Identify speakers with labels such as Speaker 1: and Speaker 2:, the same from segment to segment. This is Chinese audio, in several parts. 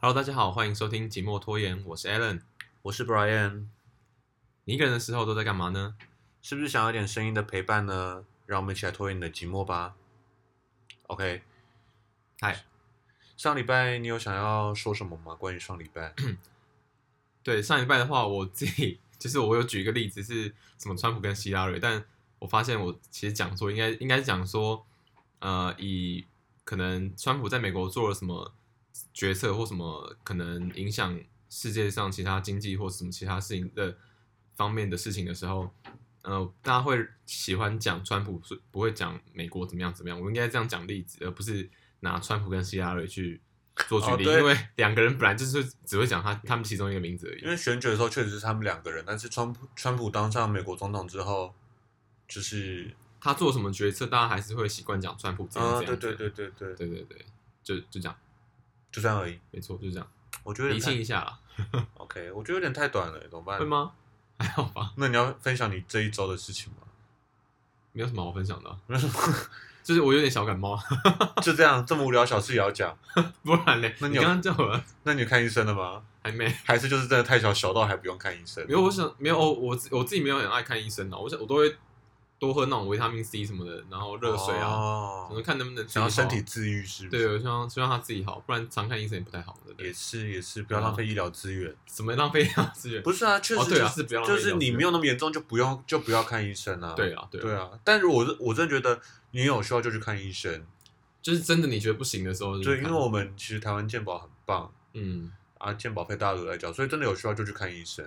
Speaker 1: Hello，大家好，欢迎收听《寂寞拖延》，我是 Alan。
Speaker 2: 我是 Brian，
Speaker 1: 你一个人的时候都在干嘛呢？
Speaker 2: 是不是想要一点声音的陪伴呢？让我们一起来拖延你的寂寞吧。OK，
Speaker 1: 嗨，
Speaker 2: 上礼拜你有想要说什么吗？关于上礼 拜，
Speaker 1: 对，上一拜的话，我自己就是我有举一个例子是什么川普跟希拉蕊，但我发现我其实讲错，应该应该讲说，呃，以可能川普在美国做了什么决策或什么可能影响世界上其他经济或什么其他事情的方面的事情的时候，呃，大家会喜欢讲川普，是不会讲美国怎么样怎么样。我应该这样讲例子，而不是拿川普跟希拉蕊去做举例，
Speaker 2: 哦对
Speaker 1: 因为 两个人本来就是只会讲他他们其中一个名字而已
Speaker 2: 因。为选举的时候确实是他们两个人，但是川普川普当上美国总统之后，就是
Speaker 1: 他做什么决策，大家还是会习惯讲川普这样
Speaker 2: 啊，
Speaker 1: 这
Speaker 2: 对
Speaker 1: 样。
Speaker 2: 对对对对，
Speaker 1: 对对对，就就这样，
Speaker 2: 就这样而已。
Speaker 1: 没错，就这样，
Speaker 2: 我觉得有
Speaker 1: 理
Speaker 2: 点太
Speaker 1: 性一下啦，
Speaker 2: OK，我觉得有点太短了，怎么办？
Speaker 1: 会？吗？ 还好吧，
Speaker 2: 那你要分享你这一周的事情吗？
Speaker 1: 没有什么好分享的啊、就是我有点小感冒，
Speaker 2: 就这样这么无聊小事也要讲？
Speaker 1: 不然嘞，
Speaker 2: 那
Speaker 1: 你嗯
Speaker 2: 你有
Speaker 1: 刚刚叫我
Speaker 2: 那你有看医生了吗？
Speaker 1: 还没，
Speaker 2: 还是就是真的太小，小到还不用看医生？
Speaker 1: 没有，我想没有，我我自我自己没有很爱看医生的，啊我想我都会多喝那种维他命 C 什么的，然后热水啊，
Speaker 2: 哦
Speaker 1: 可能看能不能自己
Speaker 2: 想
Speaker 1: 好啊
Speaker 2: 要身体自愈是不是？
Speaker 1: 对，我希望希望他自己好，不然常看医生也不太好，对不
Speaker 2: 也
Speaker 1: 对？
Speaker 2: 是也是，不要浪费医疗资源。
Speaker 1: 怎么浪费医疗资源？
Speaker 2: 不是啊，确
Speaker 1: 嗯
Speaker 2: 实、
Speaker 1: 哦
Speaker 2: 就
Speaker 1: 对啊是不要浪费医
Speaker 2: 就
Speaker 1: 疗
Speaker 2: 是
Speaker 1: 资
Speaker 2: 你
Speaker 1: 源
Speaker 2: 没有那么严重，就不用就不要看医生啊。
Speaker 1: 对啊，对啊，
Speaker 2: 对啊，但如果是我真的觉得你有需要就去看医生，
Speaker 1: 就是真的你觉得不行的时候就去
Speaker 2: 对，
Speaker 1: 看，
Speaker 2: 因为我们其实台湾健保很棒
Speaker 1: 嗯。
Speaker 2: 啊，健保费大家都在交，所以真的有需要就去看医生。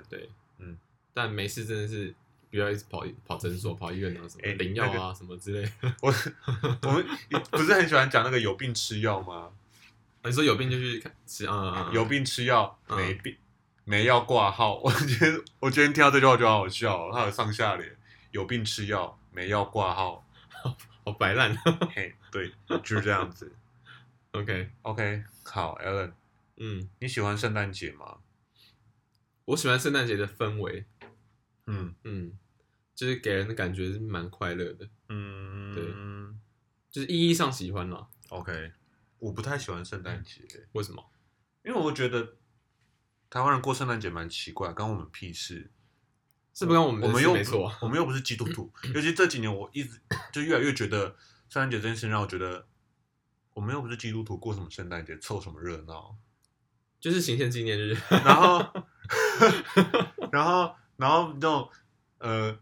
Speaker 1: 但没事真的是不要一直跑跑诊所、跑医院啊，什么
Speaker 2: 哎
Speaker 1: 领药啊、什么之类。
Speaker 2: 我 我们不是很喜欢讲那个有病吃药吗？
Speaker 1: 你说有病就去看吃啊，
Speaker 2: 有病吃药，
Speaker 1: 嗯
Speaker 2: 没病没药挂号。 我觉得我今天听到这句话我觉得好好笑、哦，它有上下联：有病吃药，没药挂号。
Speaker 1: 好哦摆烂。
Speaker 2: 嘿，对，就是这样子。
Speaker 1: OK，
Speaker 2: OK，好，Alan，
Speaker 1: 嗯，
Speaker 2: 你喜欢圣诞节吗？
Speaker 1: 我喜欢圣诞节的氛围，
Speaker 2: 嗯
Speaker 1: 嗯，就是给人的感觉是蛮快乐的，
Speaker 2: 嗯，
Speaker 1: 就是意义上喜欢啦。
Speaker 2: 对，OK，我嗯不太喜欢圣诞节，
Speaker 1: 为什么？
Speaker 2: 因为我觉得台湾人过圣诞节蛮奇怪，关我们屁事。
Speaker 1: 是不跟我们
Speaker 2: 我们
Speaker 1: 的事
Speaker 2: 又
Speaker 1: 没错啊，
Speaker 2: 我们又不是基督 徒，尤其这几年我一直就越来越觉得圣诞节这件事情让我觉得，我们又不是基督徒，过什么圣诞节，凑什么热闹？
Speaker 1: 就是行宪纪念日。
Speaker 2: 然后， 然后，然后那种呃，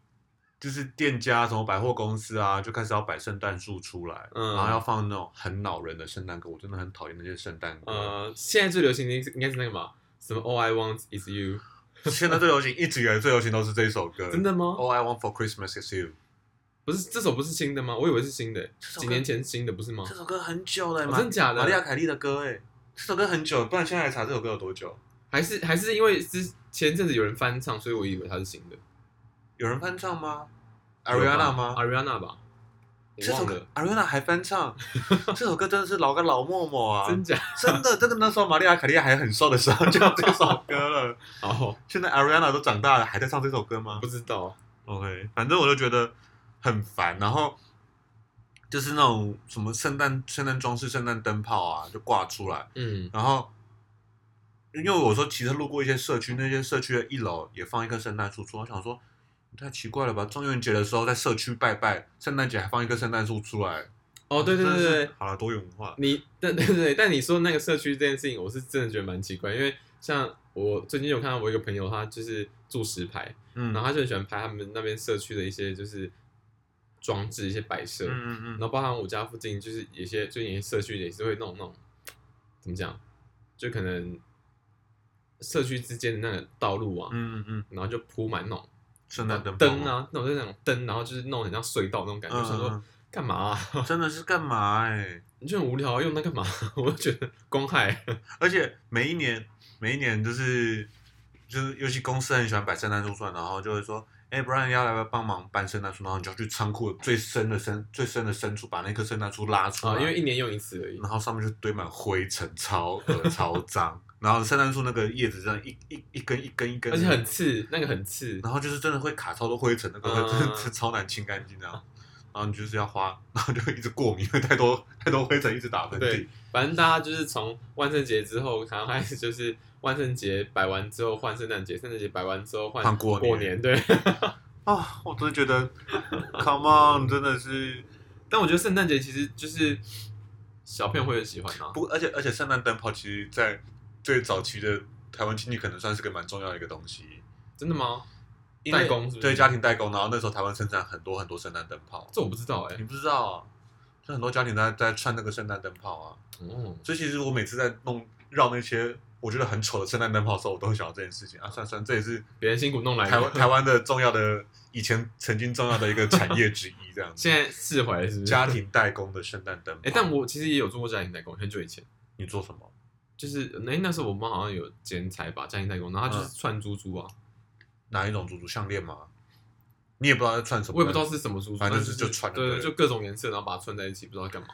Speaker 2: 就是店家什么百货公司啊，就开始要摆圣诞树出来，
Speaker 1: 嗯
Speaker 2: 啊然后要放那种很恼人的圣诞歌，我真的很讨厌那些圣诞歌。
Speaker 1: 呃，现在最流行的应该是那个嘛，什么 All I Want Is You，
Speaker 2: 现在最流行，一直以来最流行都是这首歌。
Speaker 1: 真的吗？
Speaker 2: ，All I Want for Christmas is You。
Speaker 1: 不是这首不是新的吗？我以为是新的，
Speaker 2: 首歌
Speaker 1: 几年前新的不是吗
Speaker 2: 这？首歌很久了，
Speaker 1: 哦
Speaker 2: 玛
Speaker 1: 真的假的
Speaker 2: 玛利亚凯莉的歌哎，这首歌很久，不然现在来查这首歌有多久？
Speaker 1: 还是还是因为之前阵子有人翻唱，所以我以为它是新的。
Speaker 2: 有人翻唱吗？Ariana 吗？
Speaker 1: ？Ariana 吧，嗯我
Speaker 2: 这首
Speaker 1: 忘
Speaker 2: 歌
Speaker 1: 了，
Speaker 2: Ariana 还翻 唱，这首歌真的是老跟老默默啊！
Speaker 1: 真假？
Speaker 2: 真的，真的，那时候玛利亚凯莉还很瘦的时候就有这首歌了。
Speaker 1: 哦，
Speaker 2: 现在 Ariana 都长大了，还在唱这首歌吗
Speaker 1: 不知道。
Speaker 2: ？OK，反正我就觉得很烦。然后就是那种什么圣诞、圣诞装饰、圣诞灯泡啊，就挂出来。
Speaker 1: 嗯，
Speaker 2: 然后因为我说骑车路过一些社区，那些社区的一楼也放一棵圣诞树出来，我想说太奇怪了吧？中元节的时候在社区拜拜，圣诞节还放一棵圣诞树出来。
Speaker 1: 哦，对对对
Speaker 2: 真的
Speaker 1: 对
Speaker 2: 是，好了，多元文化。
Speaker 1: 你 但对对对，但你说那个社区这件事情，我是真的觉得蛮奇怪，因为像我最近有看到我一个朋友，他就是住石牌，
Speaker 2: 嗯，
Speaker 1: 然后他就很喜欢拍他们那边社区的一些就是装置、一些摆设，
Speaker 2: 嗯嗯
Speaker 1: 然
Speaker 2: 嗯，
Speaker 1: 后包含我家附近，就是有些最近有些社区也是会弄那种怎么讲，就可能社区之间的那个道路啊，
Speaker 2: 嗯嗯嗯，
Speaker 1: 然后就铺满那种
Speaker 2: 圣诞灯泡
Speaker 1: 灯
Speaker 2: 吗，
Speaker 1: 啊，那种就是那种灯，然后就是弄得很像隧道那种感觉。
Speaker 2: 嗯
Speaker 1: 我想说
Speaker 2: 嗯
Speaker 1: 干嘛、啊？
Speaker 2: 嗯真的是干嘛哎？
Speaker 1: 你就很无聊、啊，用它干嘛？ 我就觉得光害。
Speaker 2: 而且每一年，每一年就是就是，尤其公司很喜欢摆圣诞树出来，然后就会说。哎、不然要来帮忙搬圣诞树，然后你就要去仓库最深的深最深的深处把那棵圣诞树拉出来，
Speaker 1: 啊，因为一年用一次而已。
Speaker 2: 然后上面就堆满灰尘，超恶超脏。然后圣诞树那个叶子这样一一一根一根一根，
Speaker 1: 而且
Speaker 2: 嗯
Speaker 1: 很，刺，那个很刺。
Speaker 2: 然后就是真的会卡超多灰尘，那个会
Speaker 1: 嗯
Speaker 2: 超难清干净这样。然后你就是要花，然后就一直过敏，因为 太多太多灰尘一直打喷嚏
Speaker 1: 对。反正大家就是从万圣节之后，然后开始就是万圣节摆完之后换圣诞节，圣诞节摆完之后换
Speaker 2: 换过年
Speaker 1: 过年，对。
Speaker 2: 啊，我真的觉 得，Come on，真的是
Speaker 1: 但我觉得圣诞节其实就是小朋友会很喜欢啊。
Speaker 2: 不，而且而且圣诞灯泡其实在最早期的台湾经济可能算是个蛮重要的一个东西，
Speaker 1: 真的吗？
Speaker 2: 因为
Speaker 1: 代工是不是
Speaker 2: 对家庭代工，然后那时候台湾生产很多很多圣诞灯泡，
Speaker 1: 这我不知道哎、
Speaker 2: 你不知道、啊，就很多家庭在在串那个圣诞灯泡啊，
Speaker 1: 哦，
Speaker 2: 所以其实我每次在弄绕那些我觉得很丑的圣诞灯泡的时候，我都会想到这件事情啊，算算这也是
Speaker 1: 别人辛苦弄来
Speaker 2: 台湾
Speaker 1: 的。
Speaker 2: 台湾的重要的以前曾经重要的一个产业之一，这样子
Speaker 1: 现在释怀了是不是？
Speaker 2: 家庭代工的圣诞灯泡，
Speaker 1: 哎、但我其实也有做过家庭代工，很久以前，
Speaker 2: 你做什么？
Speaker 1: 就是那、那时候我妈好像有剪裁吧，家庭代工，然后她
Speaker 2: 嗯
Speaker 1: 就是串珠珠啊，
Speaker 2: 哪一种珠珠项链吗？你也不知道在串什么，
Speaker 1: 我也不知道是什么珠珠，
Speaker 2: 反正
Speaker 1: 但
Speaker 2: 就是是就串就
Speaker 1: 对
Speaker 2: 对了
Speaker 1: 就各种颜色，然后把它串在一起，不知道干嘛。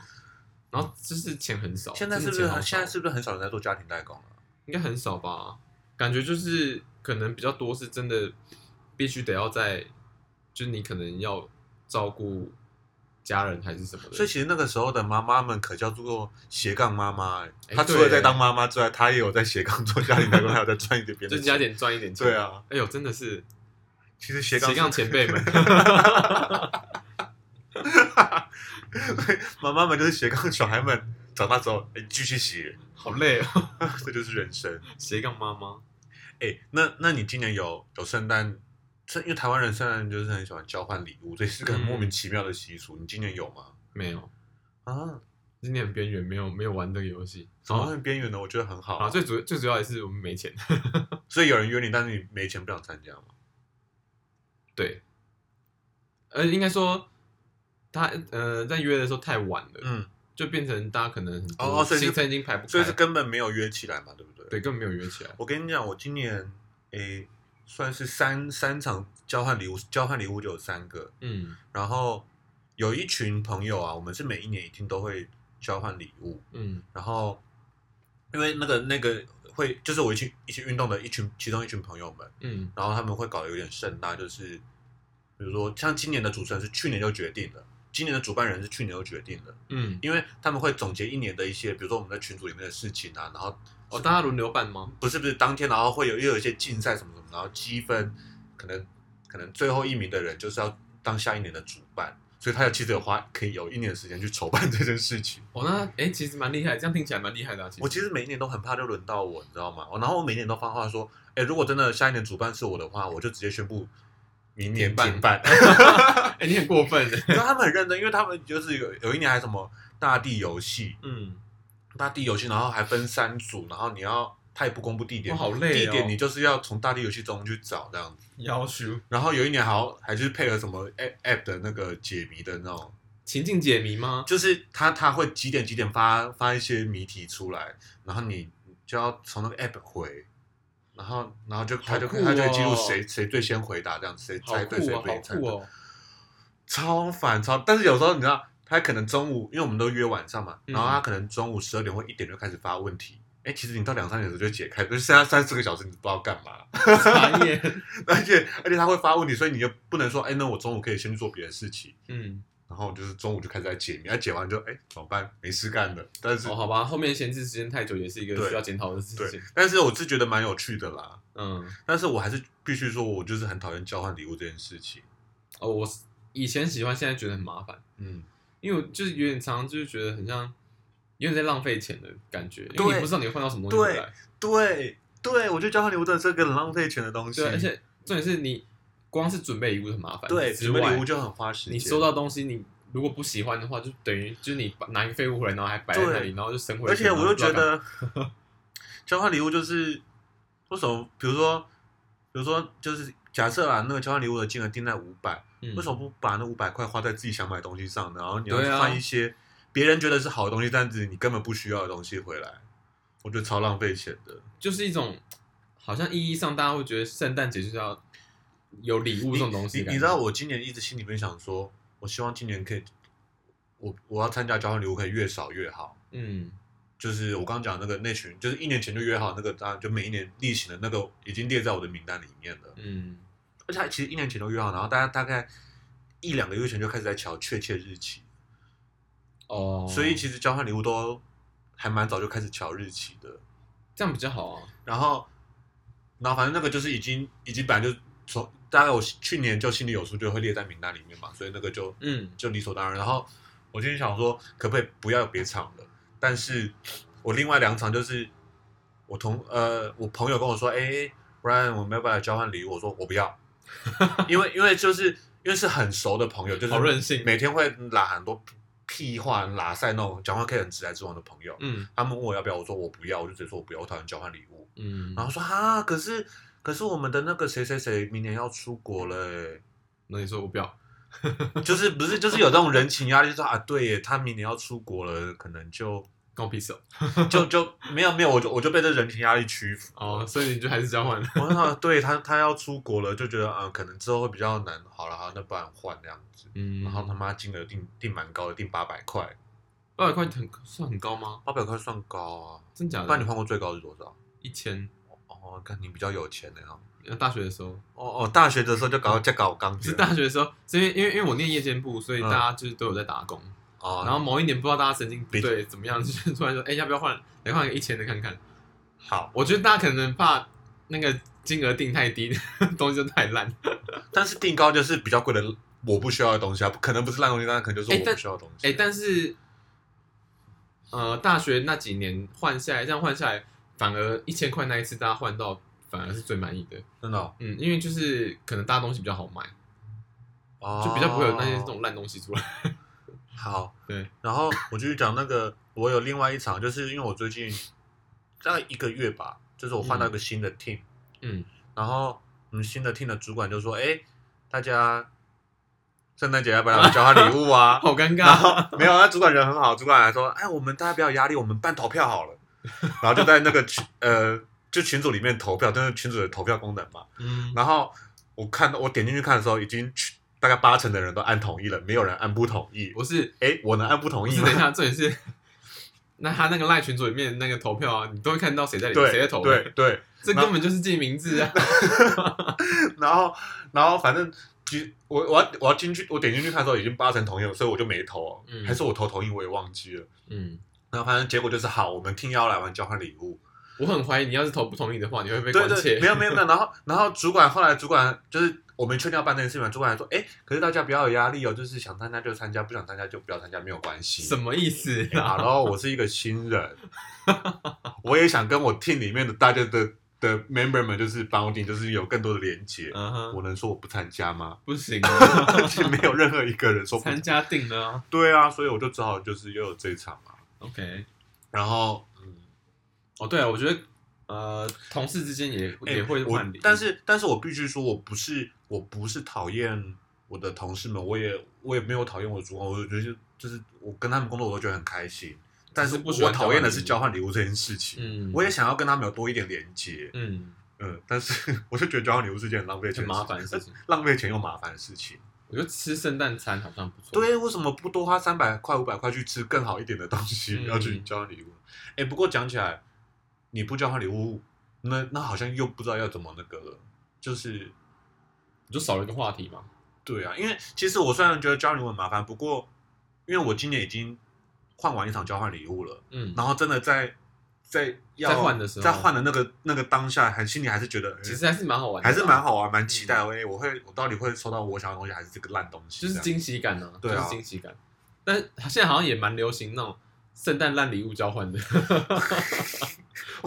Speaker 1: 然后就是钱很少，
Speaker 2: 现在是不
Speaker 1: 真
Speaker 2: 是
Speaker 1: 的钱好
Speaker 2: 很
Speaker 1: 少
Speaker 2: 现在是不是很少人在做家庭代啊工了、
Speaker 1: 应该很少吧？感觉就是可能比较多是真的，必须得要在，就是你可能要照顾家人还是什么的，
Speaker 2: 所以其实那个时候的妈妈们可叫做斜杠妈妈、欸，
Speaker 1: 哎
Speaker 2: 她除了
Speaker 1: 对
Speaker 2: 在当妈妈之外，她也有在斜杠做家庭代工，还有在赚一点别
Speaker 1: 就
Speaker 2: 的钱。
Speaker 1: 加点赚一点钱。
Speaker 2: 对，啊，
Speaker 1: 哎呦，真的是
Speaker 2: 其实斜
Speaker 1: 斜
Speaker 2: 杠
Speaker 1: 杠前辈们，
Speaker 2: 妈妈们就是斜杠小孩们长大之后，哎、继续斜，
Speaker 1: 好累哦，
Speaker 2: 这就是人生。
Speaker 1: 斜杠妈妈。
Speaker 2: 哎、那那你今年有有圣诞？圣因为台湾人圣诞就是很喜欢交换礼物，这是个很
Speaker 1: 嗯
Speaker 2: 莫名其妙的习俗。你今年有吗？
Speaker 1: 没有，
Speaker 2: 啊，
Speaker 1: 今年很边缘，没有没有玩这个游戏。
Speaker 2: 怎么很边缘的？我觉得很好
Speaker 1: 啊，最主最主要也是我们没钱。
Speaker 2: 所以有人约你，但是你没钱不想参加吗？
Speaker 1: 对，呃，应该说他呃在约的时候太晚了，
Speaker 2: 嗯，
Speaker 1: 就变成大家可能很多
Speaker 2: 哦哦所以是
Speaker 1: 行程已经排不开，
Speaker 2: 所以是根本没有约起来嘛，对不对？
Speaker 1: 对，根本没有约起来。
Speaker 2: 我跟你讲，我今年诶、算是三三场交换礼物，交换礼物就有三个，
Speaker 1: 嗯
Speaker 2: 然后有一群朋友啊，我们是每一年一定都会交换礼物，
Speaker 1: 嗯
Speaker 2: 然后因为那个那个会就是我一群一起运动的一群其中一群朋友们，
Speaker 1: 嗯
Speaker 2: 然后他们会搞得有点盛大，就是比如说像今年的主持人是去年就决定了，今年的主办人是去年就决定了。
Speaker 1: 嗯，
Speaker 2: 因为他们会总结一年的一些，比如说我们在群组里面的事情啊，然后
Speaker 1: 哦，大家轮流办吗？
Speaker 2: 不是不是当天，然后会有又有一些竞赛什么什么，然后积分可能可能最后一名的人就是要当下一年的主办，所以他有其实有花可以有一年的时间去筹办 这件事情。
Speaker 1: 哦，那哎、诶其实蛮厉害，这样听起来蛮厉害的、啊。其实
Speaker 2: 我其 实每一年都很怕就轮到我，你知道吗？哦然后我每年都放话说，哎，如果真的下一年主办是我的话，我就直接宣布明年
Speaker 1: 停办
Speaker 2: 停办。
Speaker 1: 哎、你很过 分。
Speaker 2: 你知道他们很认 真，因为他们就是有有一年还什么大地游戏，
Speaker 1: 嗯，
Speaker 2: 大地游戏，然后还分三组，然后你要他也不公布地点，
Speaker 1: 哇好累哦
Speaker 2: 地点你就是要从大地游戏中去找这样子。
Speaker 1: 要求
Speaker 2: 然后有一年好像还是配合什么 app app 的那个解谜的那种，
Speaker 1: 情境解谜吗？
Speaker 2: 就是他他会几点几点发发一些谜题出来，然后你就要从那个 app 回，然后然后就他就、
Speaker 1: 好酷哦
Speaker 2: 他就会记录谁谁最先回答这样，谁
Speaker 1: 好
Speaker 2: 猜对
Speaker 1: 酷
Speaker 2: 谁
Speaker 1: 哦，
Speaker 2: 对
Speaker 1: 好
Speaker 2: 猜对
Speaker 1: 酷，哦。
Speaker 2: 超烦超。但是有时候你知道，他可能中午，因为我们都约晚上嘛，
Speaker 1: 嗯
Speaker 2: 然后他可能中午十二点或一点就开始发问题。哎、其实你到两三点的时候就解开，就是剩下三四个小时，你不知道干嘛。
Speaker 1: 茶叶，
Speaker 2: 而且而且他会发问题，所以你就不能说，哎、那我中午可以先去做别的事情。
Speaker 1: 嗯，
Speaker 2: 然后就是中午就开始在解谜，啊，解完就哎、怎么办？没事干的。但是、
Speaker 1: 哦，好吧，后面闲置时间太久也是一
Speaker 2: 对
Speaker 1: 个需要检讨的事
Speaker 2: 对
Speaker 1: 情。，
Speaker 2: 但是我是觉得蛮有趣的啦。
Speaker 1: 嗯，
Speaker 2: 但是我还是必须说，我就是很讨厌交换礼物这件事情。
Speaker 1: 哦，我以前喜欢，现在觉得很麻烦，
Speaker 2: 嗯，
Speaker 1: 因为我就是有点常常就是觉得很像有点在浪费钱的感觉，因
Speaker 2: 对
Speaker 1: 为你不知道你会换到什么东西回来。
Speaker 2: 对对，我觉得交换礼物真的是个很浪费钱的东西。
Speaker 1: 对，而且重点是你光是准备礼物很麻烦，
Speaker 2: 对
Speaker 1: 之
Speaker 2: 准备礼
Speaker 1: 外
Speaker 2: 物就很花时间。
Speaker 1: 你收到东西，你如果不喜欢的话，就等于就是你把拿一个废物回来，然后还摆在那里，然后就生回去。
Speaker 2: 而且
Speaker 1: 然后
Speaker 2: 我又
Speaker 1: 不知道
Speaker 2: 觉
Speaker 1: 干嘛，
Speaker 2: 得 交换礼物就是为什么？比如说，比如说，就是假设啊啦，那个交换礼物的金额定在五百、
Speaker 1: 嗯
Speaker 2: 为什么不把那五百块花在自己想买的东西上呢？然后你要
Speaker 1: 对
Speaker 2: 去
Speaker 1: 啊
Speaker 2: 换一些别人觉得是好的东西，但是你根本不需要的东西回来，我觉得超浪费钱的。
Speaker 1: 就是一种好像意义上大家会觉得圣诞节就是要有礼物这种东西
Speaker 2: 你你
Speaker 1: 感觉
Speaker 2: 你知道我今年一直心里面想说，我希望今年可以，我我要参加交换礼物可以越少越好。
Speaker 1: 嗯，
Speaker 2: 就是我刚刚讲的那个那群，就是一年前就约好那个，当然就每一年例行的那个已经列在我的名单里面了。
Speaker 1: 嗯
Speaker 2: 而且他其实一年前都约好，然后大家大概一两个月前就开始在瞧确切日期，
Speaker 1: 哦，
Speaker 2: 所以其实交换礼物都还蛮早就开始瞧日期的。
Speaker 1: 这样比较好啊。
Speaker 2: 然后，然后反正那个就是已经已经本来就从大概我去年就心里有数，就会列在名单里面嘛，所以那个就
Speaker 1: 嗯，
Speaker 2: 就理所当然。然后我今天想说，可不可以不要有别场了？但是我另外两场就是我同呃我朋友跟我说，哎，不然我们要不要来交换礼物？我说我不要，因为因为就是因为是很熟的朋友，就是
Speaker 1: 好任性
Speaker 2: 每天会拉很多屁话、拉塞那种讲话可以很直来直往的朋友。
Speaker 1: 嗯
Speaker 2: 他们问我要不要，我说我不要，我就直接说我不要，我讨厌交换礼物。
Speaker 1: 嗯，
Speaker 2: 然后说哈，可是可是我们的那个谁谁谁明年要出国了欸，
Speaker 1: 那你说我不要，
Speaker 2: 就是不是就是有这种人情压力，就说啊，对耶，他明年要出国了，可能就
Speaker 1: 关我屁事哦。
Speaker 2: 就就没有没有，我就我就被这人情压力屈服。
Speaker 1: 哦，所以你就还是交换了。
Speaker 2: 我说啊对他他要出国了，就觉得啊、可能之后会比较难。好了好，那不然换这样子。
Speaker 1: 嗯，
Speaker 2: 然
Speaker 1: 然
Speaker 2: 后
Speaker 1: 后
Speaker 2: 他妈金额定定蛮高的，定八百块，
Speaker 1: 八百块很算很高吗？
Speaker 2: 八百块算高啊。
Speaker 1: 真假的？
Speaker 2: 不然你换过最高是多少？
Speaker 1: 一千，
Speaker 2: 哦，看你比较有钱的哈。
Speaker 1: 呃大学的时候，
Speaker 2: 哦哦，大学的时候就搞就搞钢
Speaker 1: 是
Speaker 2: 琴，
Speaker 1: 大学的时候，是因为因为因为我念夜间部，所以
Speaker 2: 啊嗯
Speaker 1: 大家就是都有在打工。
Speaker 2: 哦，
Speaker 1: 然后某一年不知道大家神经不
Speaker 2: 比
Speaker 1: 对怎么样，就是 突然说，哎，要不要换来换一个一千的看看？
Speaker 2: 好，
Speaker 1: 我觉得大家可能怕那个金额定太低， 东西就太烂。
Speaker 2: 但是定高就是比较贵的，我不需要的东西啊，可能不是烂东西，但可能就是
Speaker 1: 哎
Speaker 2: 我
Speaker 1: 但
Speaker 2: 不需要的东西。
Speaker 1: 哎、但是，呃，大学那几年换下来，这样换下来，反而一千块那一次大家换到，反而是最满意的。
Speaker 2: 真的哦，
Speaker 1: 嗯，因为就是可能大家东西比较好卖，
Speaker 2: 哦
Speaker 1: 就比较不会有那些这种烂东西出来。
Speaker 2: 好。
Speaker 1: 对，
Speaker 2: 然后我继续讲那个，我有另外一场，就是因为我最近大概一个月吧，就是我换到一个新的 team，、
Speaker 1: 嗯，
Speaker 2: 然后我们新的 team 的主管就说：“哎，大家圣诞节要不要交换礼物 啊
Speaker 1: 好尴？”
Speaker 2: 然
Speaker 1: 尬。
Speaker 2: 后没有，啊那主管人很好，主管还说：“哎，我们大家不要有压力，我们办投票好了。” 然后就在那个群呃，就群组里面投票，就是群组的投票功能嘛。
Speaker 1: 嗯，
Speaker 2: 然后我看到我点进去看的时候，已经去大概八成的人都按同意了，没有人按不同意。
Speaker 1: 不是，
Speaker 2: 哎，我能按不同
Speaker 1: 不
Speaker 2: 意
Speaker 1: 是，
Speaker 2: 吗
Speaker 1: 等一？下，重点是， 那他那个赖群组里面那个投票啊，你都会看到谁在里面，谁在
Speaker 2: 对
Speaker 1: 投。，
Speaker 2: 对对，
Speaker 1: 这根本就是记名 字啊。
Speaker 2: 然后然后反正其实我我要我要进去，我点进去看的时候已经八成同意了，所以我就没投哦、
Speaker 1: 嗯
Speaker 2: 还是我投同意我也忘记了。
Speaker 1: 嗯，
Speaker 2: 然后反正结果就是好，我们听要来玩交换礼物，
Speaker 1: 我很怀疑你要是投不同意的话，你会被
Speaker 2: 对
Speaker 1: 关切
Speaker 2: 对，没。有没有没有。然后然后主管后来主管就是我们确定要办这件事嘛，主管还说，哎，可是大家不要有压力哦，就是想参加就参加，不想参加就不要参加，没有关系。
Speaker 1: 什么意思啊？
Speaker 2: 然后我是一个新人，我也想跟我 team 里面的大家的的 member 们就是 bonding，就是有更多的连接。
Speaker 1: 嗯哼，？
Speaker 2: 我能说我不参加吗
Speaker 1: 不行啊，
Speaker 2: 其实没有任何一个人说不
Speaker 1: 参加定了啊。
Speaker 2: 对啊，所以我就只好就是又有这一场嘛。
Speaker 1: OK，
Speaker 2: 然后嗯，
Speaker 1: 哦，对啊，我觉得呃，同事之间也、也会
Speaker 2: 哎我
Speaker 1: 换礼，
Speaker 2: 但是但是我必须说，我不是我不是讨厌我的同事们，我也我也没有讨厌我的主管，我觉得就是我跟他们工作我都觉得很开心。但
Speaker 1: 只
Speaker 2: 是
Speaker 1: 是不喜欢
Speaker 2: 我讨厌的是
Speaker 1: 交
Speaker 2: 交换礼物这件事情，
Speaker 1: 嗯，
Speaker 2: 我也想要跟他们有多一点连接。
Speaker 1: 嗯，
Speaker 2: 嗯，但是 我就觉得交换礼物是件很浪费钱
Speaker 1: 很
Speaker 2: 的
Speaker 1: 麻
Speaker 2: 事
Speaker 1: 烦的事情。
Speaker 2: 情，浪费钱又麻烦的事情。
Speaker 1: 我觉得吃圣诞餐好像不错。，
Speaker 2: 对，为什么不多花三百块、五百块去吃更好一点的东西，
Speaker 1: 嗯
Speaker 2: 要去交换礼物？哎，不过讲起来，你不交换礼物，那那好像又不知道要怎么那个了。就是
Speaker 1: 你就少了一个话题嘛。
Speaker 2: 对啊，因为其实我虽然觉得交换礼物很麻烦，不过因为我今年已经换完一场交换礼物了，
Speaker 1: 嗯，
Speaker 2: 然后真的在在要
Speaker 1: 在换的时候
Speaker 2: 在换的那个那个当下，还心里还是觉得诶
Speaker 1: 其实还是蛮好玩的，
Speaker 2: 还是蛮。好玩，蛮期待
Speaker 1: 嗯
Speaker 2: 的。哎、我会，我到底会收到我想要的东西，还是这个烂东西？
Speaker 1: 就是
Speaker 2: 这样
Speaker 1: 惊喜感啊，
Speaker 2: 对啊
Speaker 1: 就是惊喜感。但现在好像也蛮流行那种圣诞烂礼物交换的，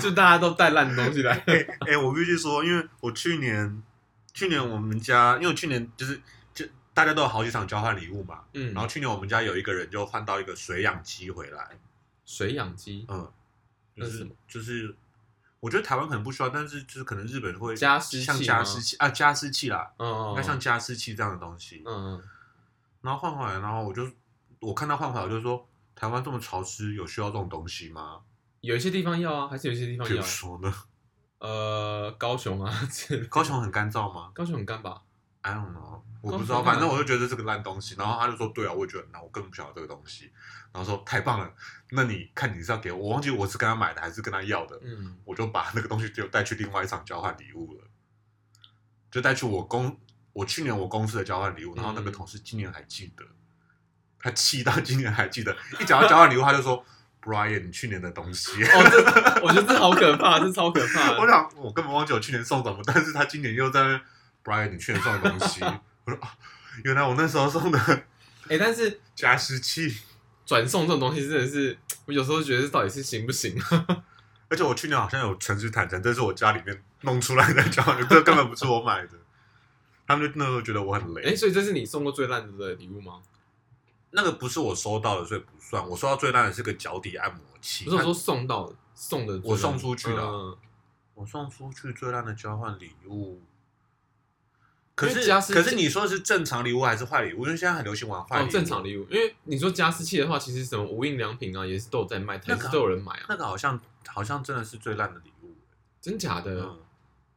Speaker 1: 就大家都带烂东西 来。
Speaker 2: 哎、哎我必须说，因为我去年，去年我们家，因为我去年就是就大家都有好几场交换礼物嘛。
Speaker 1: 嗯，
Speaker 2: 然后去年我们家有一个人就换到一个水养鸡回来，
Speaker 1: 水养鸡
Speaker 2: 嗯，就
Speaker 1: 那是什
Speaker 2: 是
Speaker 1: 么
Speaker 2: 就是，我觉得台湾可能不需要，但是就是可能日本会
Speaker 1: 加湿器
Speaker 2: 像加
Speaker 1: 吗
Speaker 2: 湿器啊，加湿器啦，
Speaker 1: 嗯，
Speaker 2: 应该像加湿器这样的东西。
Speaker 1: 嗯嗯
Speaker 2: 然后换回来，然后我就我看到换回来，我就说台湾这么潮湿，有需要这种东西吗？
Speaker 1: 有一些地方要啊，还是有一些地方
Speaker 2: 比如
Speaker 1: 要。
Speaker 2: 说呢，
Speaker 1: 呃，高雄啊， 之类的
Speaker 2: 高雄很干燥吗？
Speaker 1: 高雄很干吧？
Speaker 2: I don't know，我
Speaker 1: 光
Speaker 2: 不知道，
Speaker 1: 头发
Speaker 2: 反正我就觉得这个烂东西。然后他就说：“对啊，我也觉得很烂，我根本不想要这个东西。”然后说：“太棒了，那你看你是要给我，我忘记我是跟他买的还是跟他要的。
Speaker 1: 嗯，”
Speaker 2: 我就把那个东西就带去另外一场交换礼物了，就带去我公我去年我公司的交换礼物，然后那个
Speaker 1: 嗯
Speaker 2: 同事今年还记得，他气到今年还记得，一讲到交换礼物他就说 Brian 你去年的东西，
Speaker 1: 哦，这我觉得这好可怕，这超可怕
Speaker 2: 我
Speaker 1: 的。
Speaker 2: 想我根本忘记我去年送什么， 但是他今年又在那边 Brian 你去年送的东西， 我说啊，原来我那时候送的
Speaker 1: 哎、但是
Speaker 2: 加湿器，
Speaker 1: 转送这种东西真的是，我有时候觉得这到底是行不行？啊
Speaker 2: 而且我去年好像有诚实坦诚，这是我家里面弄出来的交换礼物，这根本不是我买的。 他们就那时候觉得我很雷，
Speaker 1: 哎、所以这是你送过最烂的礼物吗？
Speaker 2: 那个不是我收到的，所以不算。我收到最烂的是个脚底按摩器。
Speaker 1: 不是我说送到的送的最烂的，
Speaker 2: 我送出去的啊
Speaker 1: 嗯
Speaker 2: 我送出去最烂的交换礼物。可
Speaker 1: 因为
Speaker 2: 是
Speaker 1: 家是
Speaker 2: 可是你说的是正常礼物还是坏礼物？因为现在很流行玩坏
Speaker 1: 哦
Speaker 2: 礼物。，
Speaker 1: 正常礼物，因为你说加湿器的话，其实什么无印良品啊，也是都有在卖，
Speaker 2: 那
Speaker 1: 台
Speaker 2: 个
Speaker 1: 式都有人买啊，
Speaker 2: 那个好像好像真的是最烂的礼物。
Speaker 1: 真假的？
Speaker 2: 嗯，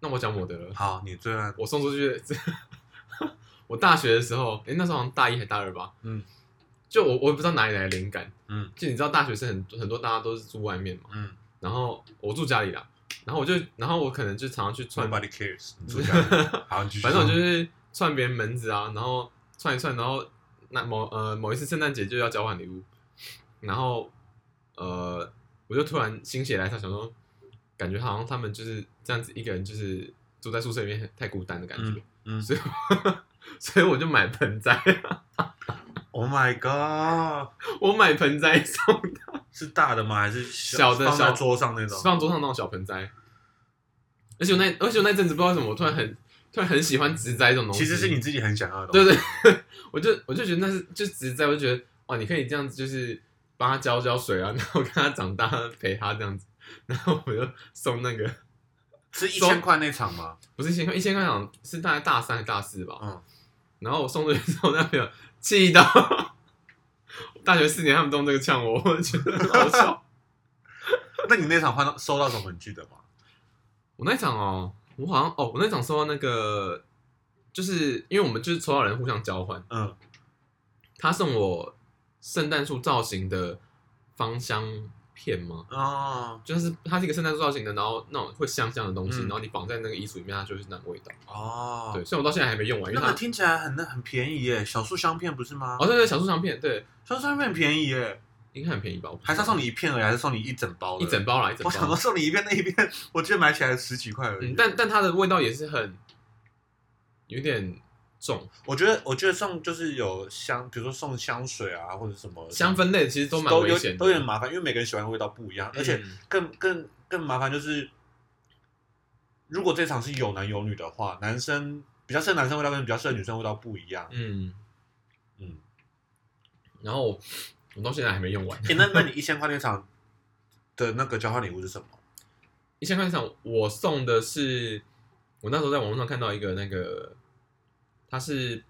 Speaker 1: 那我讲我的了，
Speaker 2: 好，你最烂。
Speaker 1: 我送出去 的，我大学的时候，哎、那时候好像大一还大二吧，
Speaker 2: 嗯
Speaker 1: 就我我也不知道哪里来的灵感，
Speaker 2: 嗯
Speaker 1: 就你知道大学生很很多大家都是住外面嘛，
Speaker 2: 嗯
Speaker 1: 然后我住家里啦，然后我就然后我可能就常常去串，
Speaker 2: ，Nobody cares。你 最烂。好，你继续
Speaker 1: 反正我就
Speaker 2: 说
Speaker 1: 是串别人门子啊，然后串一串，然后那某呃某一次圣诞节就要交换礼物，然后呃我就突然心血来潮想说，感觉好像他们就是这样子一个人就是住在宿舍里面太孤单的感觉，
Speaker 2: 嗯
Speaker 1: 所以我 所以我就买盆栽，
Speaker 2: ，Oh my god，
Speaker 1: 我买盆栽送
Speaker 2: 是大的吗？还是
Speaker 1: 小的
Speaker 2: 放在
Speaker 1: 小
Speaker 2: 桌上那种？
Speaker 1: 放桌上那种小盆栽，而且我那而且我那阵子不知道为什么我突然很突然很喜欢植栽这种东西，
Speaker 2: 其实是你自己很想要的东
Speaker 1: 对
Speaker 2: 西。
Speaker 1: 对， 我就我就觉得那是就植栽，我就觉得哇，你可以这样子，就是帮它浇浇水啊， 然后看它长大，陪它这样子，然后我就送那个
Speaker 2: 是一千块那场吗？
Speaker 1: 不是一千块，一千块好像是大概大三还是大四吧，
Speaker 2: 嗯，
Speaker 1: 然后我送出去之后，那朋友气到 大学四年他们都用这个呛我，我觉得很好笑。
Speaker 2: 那你那场换到收到什么？你记得吗？
Speaker 1: 我那一场哦，我好像哦，我那一场收到那个，就是因为我们就是抽到人互相交换。
Speaker 2: 嗯，
Speaker 1: 他送我圣诞树造型的芳香片吗？
Speaker 2: 哦
Speaker 1: 就是它是一个圣诞树造型的，然后那种会香香的东西，
Speaker 2: 嗯
Speaker 1: 然后你绑在那个衣橱里面，它就是那个味道。
Speaker 2: 哦，
Speaker 1: 对，所以我到现在还没用完，因
Speaker 2: 那
Speaker 1: 为
Speaker 2: 个
Speaker 1: 它
Speaker 2: 听起来很很便宜耶，小树香片不是吗？
Speaker 1: 哦对对，小树香片，对，
Speaker 2: 小树香片很便宜耶，
Speaker 1: 应该很便宜吧？我不知道
Speaker 2: 还是要送你一片而已，还是送你一整包的？
Speaker 1: 一整包啦，一整
Speaker 2: 我想
Speaker 1: 包
Speaker 2: 说。送你一片那一片，我记得买起来十几块而已。
Speaker 1: 嗯，但但它的味道也是很有点重，
Speaker 2: 我觉得，我觉得送就是有香，比如说送香水啊，或者什么
Speaker 1: 香氛类其实都蛮
Speaker 2: 都
Speaker 1: 危
Speaker 2: 有
Speaker 1: 险的，
Speaker 2: 都有点麻烦，因为每个人喜欢的味道不一样，
Speaker 1: 嗯
Speaker 2: 而且更更更麻烦就是，如果这场是有男有女的话，男生比较适合男生味道跟比较适合女生味道不一样。
Speaker 1: 嗯，
Speaker 2: 嗯，
Speaker 1: 然后我到现在还没用完。
Speaker 2: 诶那那你一千块那场的那个交换礼物是什么？
Speaker 1: 一千块上，我送的是我那时候在网络上看到一个那个，它是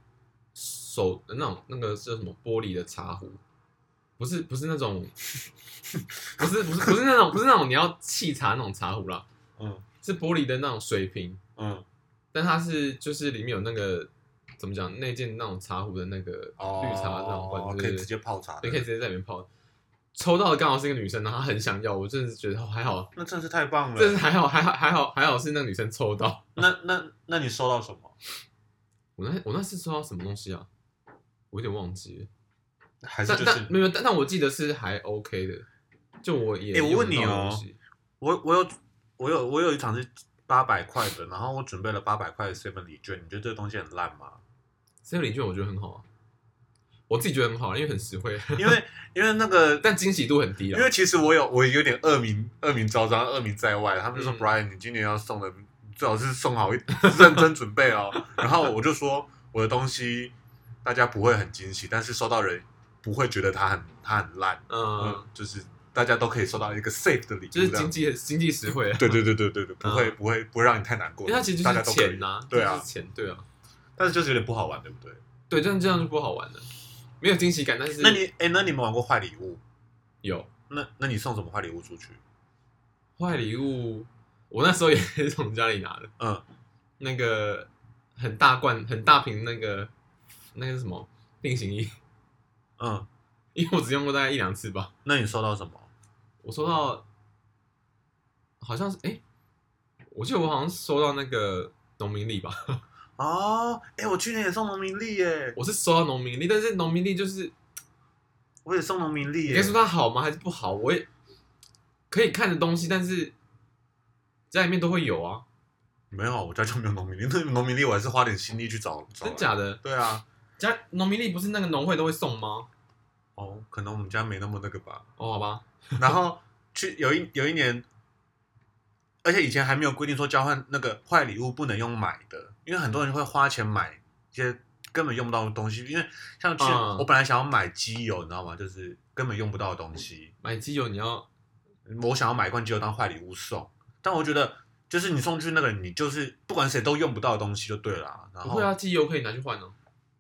Speaker 1: 手那种那个是什么玻璃的茶壶，不是不是那种，不是不是不是那种不是那种你要沏茶那种茶壶啦，
Speaker 2: 嗯
Speaker 1: 是玻璃的那种水瓶，
Speaker 2: 嗯，
Speaker 1: 但它是就是里面有那个怎么讲内建那种茶壶的那个
Speaker 2: 哦，
Speaker 1: 绿茶那种罐子，
Speaker 2: 可以直接泡茶的
Speaker 1: 对，可以直接在里面泡。抽到的刚好是一个女生，然后她很想要，我真的是觉得哦还好，
Speaker 2: 那真是太棒
Speaker 1: 这是
Speaker 2: 了。
Speaker 1: 还好还好还好还好是那个女生抽到。
Speaker 2: 那那那你收到什么？
Speaker 1: 我那我那次收到什么东西啊？我有点忘记了，
Speaker 2: 还是
Speaker 1: 但
Speaker 2: 就是
Speaker 1: 但没有，但但我记得是还 OK 的，就我也
Speaker 2: 诶我
Speaker 1: 用
Speaker 2: 问
Speaker 1: 得
Speaker 2: 你
Speaker 1: 到的
Speaker 2: 哦
Speaker 1: 东西
Speaker 2: 我我有我有我有一场是八百块的，然后我准备了八百块的 seven 礼券，你觉得这个东西很烂吗？
Speaker 1: 这个礼券我觉得很好啊，我自己觉得很好啊，因为很实惠，
Speaker 2: 因为因为那个
Speaker 1: 但惊喜度很低
Speaker 2: 因
Speaker 1: 啊。
Speaker 2: 为其实我有我有点恶名恶名昭彰，恶名在外。他们就说
Speaker 1: 嗯
Speaker 2: Brian，你今年要送的最好是送好一认真准备哦。然后我就说我的东西大家不会很惊喜，但是收到人不会觉得它很它很烂，嗯
Speaker 1: 嗯，，
Speaker 2: 就是大家都可以收到一个 safe 的礼物，
Speaker 1: 就是
Speaker 2: 这
Speaker 1: 经
Speaker 2: 样
Speaker 1: 济经济实惠啊，
Speaker 2: 对对对对对对，不会
Speaker 1: 嗯
Speaker 2: 不会不会让你太难过，
Speaker 1: 因为它其实就
Speaker 2: 大家
Speaker 1: 是
Speaker 2: 都可以
Speaker 1: 钱，呐，
Speaker 2: 对啊
Speaker 1: 就是钱对啊，
Speaker 2: 但是就是有点不好玩，对不对？
Speaker 1: 对，这样这样就不好玩了，没有惊喜感，但是
Speaker 2: 那你哎，那你们玩过坏礼物？
Speaker 1: 有
Speaker 2: 那那你送什么坏礼物出去？
Speaker 1: 坏礼物，我那时候也是从家里拿的，
Speaker 2: 嗯，
Speaker 1: 那个很大罐很大瓶那个那个是什么定型衣。
Speaker 2: 嗯，
Speaker 1: 因为我只用过大概一两次吧。
Speaker 2: 那你收到什么？
Speaker 1: 我收到，好像是哎、我记得我好像收到那个农民历吧，
Speaker 2: 啊、哦，哎、我去年也送农民历耶，
Speaker 1: 我是收到农民历，但是农民历就是
Speaker 2: 我也送农民历
Speaker 1: 你
Speaker 2: 耶。
Speaker 1: 可以说它好吗？还是不好？我也可以看的东西，但是家里面都会有啊，
Speaker 2: 没有，我家就没有农民历，那农民历我还是花点心力去找找。
Speaker 1: 真？假的？
Speaker 2: 对啊，
Speaker 1: 家农民历不是那个农会都会送吗？
Speaker 2: 哦，可能我们家没那么那个吧。
Speaker 1: 哦，好吧，
Speaker 2: 然后去有一有一年，而且以前还没有规定说交换那个坏礼物不能用买的，因为很多人会花钱买一些根本用不到的东西。因为像去、
Speaker 1: 嗯
Speaker 2: 我本来想要买机油，你知道吗？就是根本用不到的东西，
Speaker 1: 买鸡油你要
Speaker 2: 我想要买一罐机油当坏礼物送，但我觉得。就是你送去那个人，你就是不管谁都用不到的东西就对了啊、然
Speaker 1: 不
Speaker 2: 后
Speaker 1: 会啊，机油可以拿去换哦、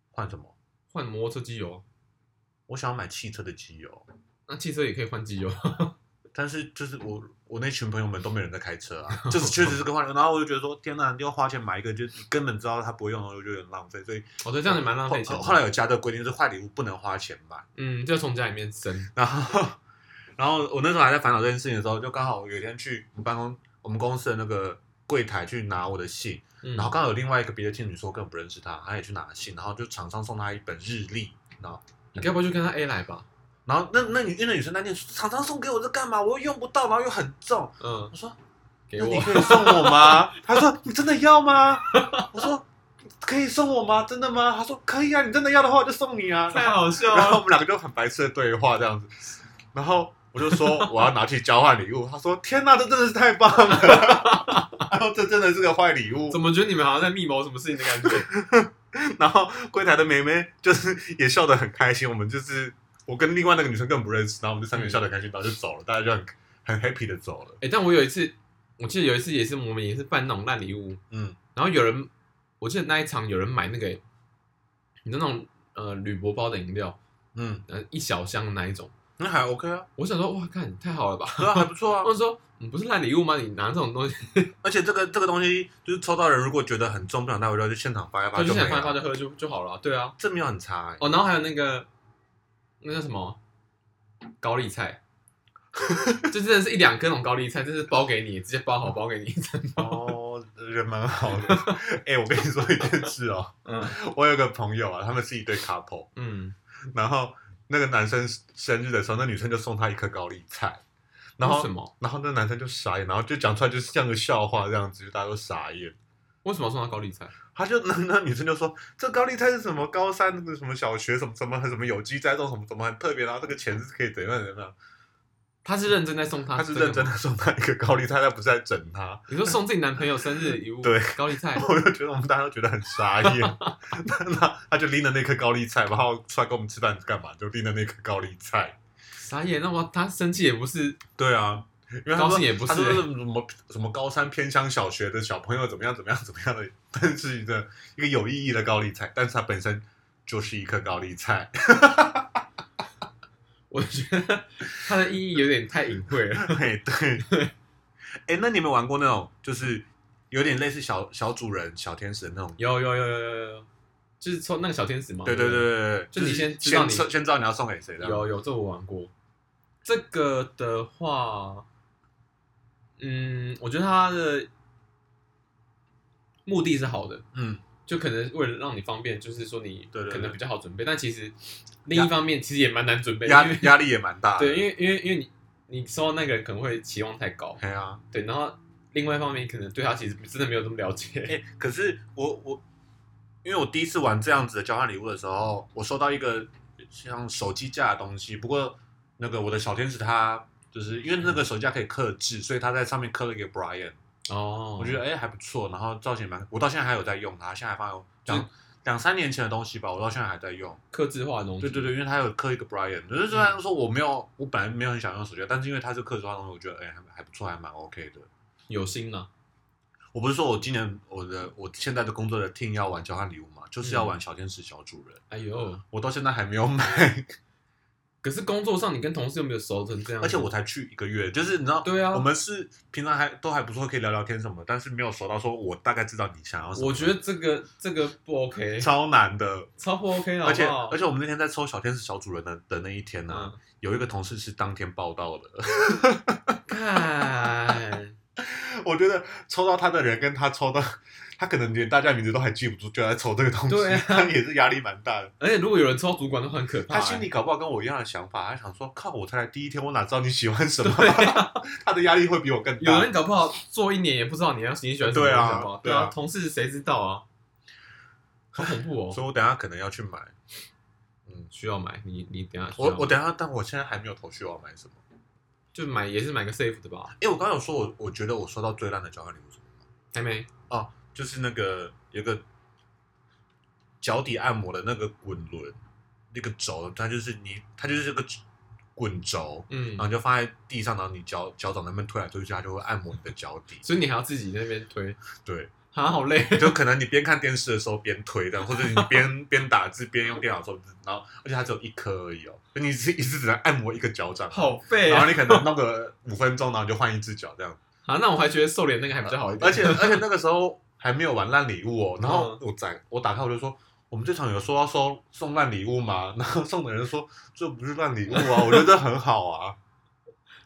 Speaker 2: 换什么？
Speaker 1: 换摩托车机油啊，
Speaker 2: 我想要买汽车的机油，
Speaker 1: 那汽车也可以换机油。啊
Speaker 2: 但是就是我我那群朋友们都没有人在开车啊，就是确实是个花钱，然后我就觉得说天哪，要花钱买一个，就是根本知道他不会用的东西，我就有点浪费，所以
Speaker 1: 哦，对，这样也蛮浪费钱
Speaker 2: 后
Speaker 1: 的。
Speaker 2: 后来有加这个规定，就是坏礼物不能花钱买，
Speaker 1: 嗯，就从家里面生。
Speaker 2: 然后然后我那时候还在烦恼这件事情的时候，就刚好有一天去我们办公我们公司的那个柜台去拿我的信，
Speaker 1: 嗯，
Speaker 2: 然后刚好有另外一个别的天女说我根本不认识她，她也去拿信，然后就厂商送她一本日历，然后。
Speaker 1: 你该不会就跟他 A 来吧？
Speaker 2: 然后那那女那女生那天说厂商送给我这干嘛？我又用不到，然后又很重。
Speaker 1: 嗯，
Speaker 2: 我说
Speaker 1: 给
Speaker 2: 那你
Speaker 1: 我。
Speaker 2: 可以送我吗？他说你真的要吗？我说可以送我吗？真的吗？他说可以啊，你真的要的话我就送 你啊。然后
Speaker 1: 好笑
Speaker 2: 然后我！们两个就很白痴的对话这样子，然后我就说我要拿去交换礼物，他说天哪，这真的是太棒了， 他说这真的是个坏礼物
Speaker 1: 怎。么觉得你们好像在密谋什么事情的感 觉？
Speaker 2: 然后柜台的妹妹就是 也笑得很开心，我们就是我跟另外那个女生更不认识，然后我们就三个人笑得很开心，然后就走了，大家就很很 happy 的走了。
Speaker 1: 哎，但我有一次，我记得有一次也是我们也是办那种烂礼物，
Speaker 2: 嗯，
Speaker 1: 然后有人，我记得那一场有人买那个，你知道那种呃铝箔包的饮料，
Speaker 2: 嗯，
Speaker 1: 呃一小箱的那一种。
Speaker 2: 那还 OK 啊，
Speaker 1: 我想说，哇，看太好了吧！
Speaker 2: 对啊，还不错啊。
Speaker 1: 他们说，你不是烂礼物吗？你拿这种东西，
Speaker 2: 而且这个这个东西，就是抽到的人如果觉得很重，不想带回家，就现场发一发
Speaker 1: 就
Speaker 2: 就没
Speaker 1: 想放一
Speaker 2: 了。
Speaker 1: 放就喝就就好了啊。对啊，
Speaker 2: 这没有很差、 欸，
Speaker 1: 哦，然后还有那个那叫什么高丽菜，就真的是一两根那种高丽菜，就是包给你，直接包好包给你一整包。
Speaker 2: 哦，人蛮好的。哎、我跟你说一件事 哦，
Speaker 1: 嗯
Speaker 2: 我有个朋友啊，他们是一对 couple，
Speaker 1: 嗯，
Speaker 2: 然后那个男生生日的时候，那女生就送他一颗高丽菜，然
Speaker 1: 为
Speaker 2: 后
Speaker 1: 什么？
Speaker 2: 然后那男生就傻眼，然后就讲出来就是像个笑话这样子，就大家都傻眼。
Speaker 1: 为什么要送他高丽菜？
Speaker 2: 他就那那女生就说：“这高丽菜是什么高三那个什么小学什么什么什么有机栽种什么什么很特别，然后这个钱是可以怎样怎样。”
Speaker 1: 他是认真在送他，
Speaker 2: 他是认真
Speaker 1: 啊吗。
Speaker 2: 的送他一个高丽菜，他不是在整他。
Speaker 1: 你说送自己男朋友生日礼物，
Speaker 2: 对
Speaker 1: 高丽 菜，
Speaker 2: 我就觉得我们大家都觉得很傻眼，那那他就拎了那颗高丽菜，然后出来跟我们吃饭干嘛？就拎了那颗高丽菜。
Speaker 1: 傻眼。那我他生气也不是，
Speaker 2: 对啊，因为他
Speaker 1: 高
Speaker 2: 说
Speaker 1: 兴也不
Speaker 2: 他
Speaker 1: 是欸
Speaker 2: 说什么什么高三偏乡小学的小朋友怎么样怎么样怎么样的，但是一个一个有意义的高丽菜，但是它本身就是一颗高 丽菜，
Speaker 1: 我觉得他的意义有点太隐晦了。
Speaker 2: 嘿对。哎、那你有没有玩过那种就是有点类似小小主人、小天使的那种
Speaker 1: 有有有有有有有，就是抽那个小天使嘛。
Speaker 2: 对对
Speaker 1: 不
Speaker 2: 对对对，
Speaker 1: 就你
Speaker 2: 是
Speaker 1: 先知道
Speaker 2: 先
Speaker 1: 你
Speaker 2: 先知道你要送给谁的。
Speaker 1: 有有，这我玩过。这个的话，嗯，我觉得它的目的是好的，
Speaker 2: 嗯，
Speaker 1: 就可能为了让你方便，就是说你
Speaker 2: 对对
Speaker 1: 可
Speaker 2: 对
Speaker 1: 能比较好准备。但其实另一方面，其实也蛮难准备，因
Speaker 2: 压
Speaker 1: 为
Speaker 2: 压力也蛮大的。
Speaker 1: 对，因为因为因为你你收到那个人可能会期望太高，
Speaker 2: 对啊，
Speaker 1: 对，然后另外一方面可能对他其实真的没有这么了解。
Speaker 2: 哎，可是我我，因为我第一次玩这样子的交换礼物的时候，我收到一个像手机架的东西，不过那个我的小天使他。就是因为那个手机架可以刻制，所以他在上面刻了一个 Brian，
Speaker 1: 哦，
Speaker 2: 我觉得哎、还不错，然后造型也蛮，我到现在还有在用它，现在还放在两两三年前的东西吧，我到现在还在用。
Speaker 1: 克制化的东西，
Speaker 2: 对对对，因为它有刻一个 Brian，就是虽然说我没有，我本来没有很想用手机，但是因为它是刻字化的东西，我觉得哎、还还不错，还蛮 OK 的。
Speaker 1: 有心了、
Speaker 2: 我不是说我今年我的我现在的工作的 team 要玩交换礼物嘛，就是
Speaker 1: 嗯
Speaker 2: 要玩小天使小主人，
Speaker 1: 哎呦，
Speaker 2: 我到现在还没有买，
Speaker 1: 可是工作上你跟同事又没有熟成这样，
Speaker 2: 而且我才去一个月，就是你知道，
Speaker 1: 对啊
Speaker 2: 我们是平常还都还不错，可以聊聊天什么的，但是没有熟到说我大概知道你想要什么，
Speaker 1: 我觉得这个这个不 OK，
Speaker 2: 超难的。
Speaker 1: 超不 OK 了，
Speaker 2: 而且
Speaker 1: 好不好
Speaker 2: 而且我们那天在抽小天使小主人的的那一天呢、
Speaker 1: 嗯，
Speaker 2: 有一个同事是当天报道的，
Speaker 1: 看，
Speaker 2: 我觉得抽到他的人跟他抽到他他可能连大家名字都还记不住，就在抽这个东西，
Speaker 1: 对啊
Speaker 2: 他也是压力蛮大的。
Speaker 1: 而且如果有人抽主管的话，很可怕、
Speaker 2: 他心
Speaker 1: 欸
Speaker 2: 里搞不好跟我一样的想法，他想说：“靠，我才来第一天，我哪知道你喜欢什么
Speaker 1: 对？”
Speaker 2: 他的压力会比我更
Speaker 1: 有
Speaker 2: 大
Speaker 1: 人。搞不好做一年也不知道你要你喜欢什么，
Speaker 2: 对啊
Speaker 1: 搞不好对
Speaker 2: 对啊
Speaker 1: 同事谁知道啊？好恐怖哦！
Speaker 2: 所以我等一下可能要去买。嗯，
Speaker 1: 需要买，你你等一下需要
Speaker 2: 我
Speaker 1: 买
Speaker 2: 我等一下，但我现在还没有头绪我要买什么。
Speaker 1: 就买也是买个 safe 的吧？
Speaker 2: 哎，我刚刚有说我我觉得我收到最烂的交换礼物是什么吗？
Speaker 1: 还没
Speaker 2: 哦，就是那个有个脚底按摩的那个滚轮，那个轴，它就是你，它就是这个滚轴，
Speaker 1: 嗯
Speaker 2: 然，后你就放在地上，然后你脚脚掌那边推来推去，它就会按摩你的脚底。
Speaker 1: 所以你还要自己在那边推，
Speaker 2: 对，
Speaker 1: 啊，好 累。
Speaker 2: 就可能你边看电视的时候边推的，或者你 边边打字边用电脑抽，然后而且它只有一颗而已哦，就你只一次只能按摩一个脚掌，
Speaker 1: 好废
Speaker 2: 然
Speaker 1: 啊
Speaker 2: 后！你可能弄个五分钟，然后你就换一只脚这样。呃
Speaker 1: 啊，那我还觉得瘦脸那个还比较好一点，嗯
Speaker 2: 而且而且那个时候还没有玩烂礼物哦，然后我在我打开我就说，我们这场有说要收送烂礼物吗？ 然后送的人说这不是烂礼物啊，我觉得这很好啊。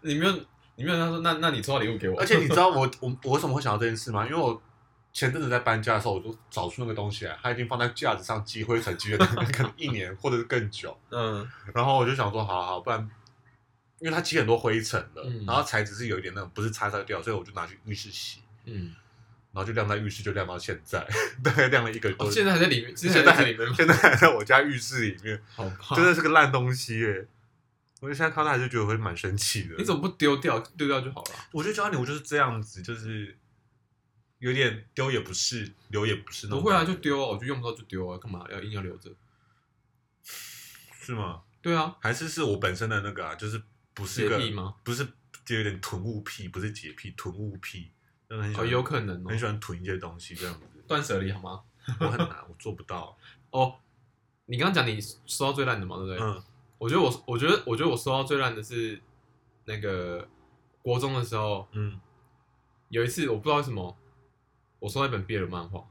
Speaker 1: 你没有你没有跟他说，那那你抽到礼物给我，
Speaker 2: 而且你知道我我我为什么会想到这件事吗？因为我前阵子在搬家的时候，我就找出那个东西来，它已经放在架子上积灰尘积了可能一年或者是更久，
Speaker 1: 嗯
Speaker 2: 然后我就想说，好好，不然。因为它积很多灰尘了，
Speaker 1: 嗯
Speaker 2: 然后材质是有一点那种不是擦擦掉，所以我就拿去浴室洗，
Speaker 1: 嗯，
Speaker 2: 然后就晾在浴室，就晾到现在，大概晾了一个多
Speaker 1: 哦，
Speaker 2: 月。
Speaker 1: 现在还在里面，之前
Speaker 2: 现
Speaker 1: 还
Speaker 2: 在
Speaker 1: 在里面吗，
Speaker 2: 现在还在我家浴室里面，
Speaker 1: 好怕
Speaker 2: 真。的是个烂东西耶、我就现在看到还是觉得会蛮生气的。
Speaker 1: 你怎么不丢掉？丢掉就好了。
Speaker 2: 我觉得交换礼物就是这样子，就是有点丢也不是，留也不是那
Speaker 1: 不
Speaker 2: 种。
Speaker 1: 会啊，就，丢啊，我就用不到就丢啊，干嘛要硬要留着？
Speaker 2: 是吗？
Speaker 1: 对啊，
Speaker 2: 还是是我本身的那个啊，就是不是
Speaker 1: 洁
Speaker 2: 个
Speaker 1: 癖吗？
Speaker 2: 不是就有点囤物癖，不是洁癖，囤物癖，真的很喜
Speaker 1: 哦，
Speaker 2: 欢，
Speaker 1: 有可能哦
Speaker 2: 很，喜欢囤一些东西这样子。
Speaker 1: 断舍离好吗？
Speaker 2: 我很难，我做不到。
Speaker 1: 哦，你刚刚讲你收到最烂的嘛，对 不对？
Speaker 2: 嗯，
Speaker 1: 我觉得我，我觉得，我觉得我收到最烂的是那个国中的时候，
Speaker 2: 嗯，
Speaker 1: 有一次我不知道为什么，我收到一本 BL 漫画，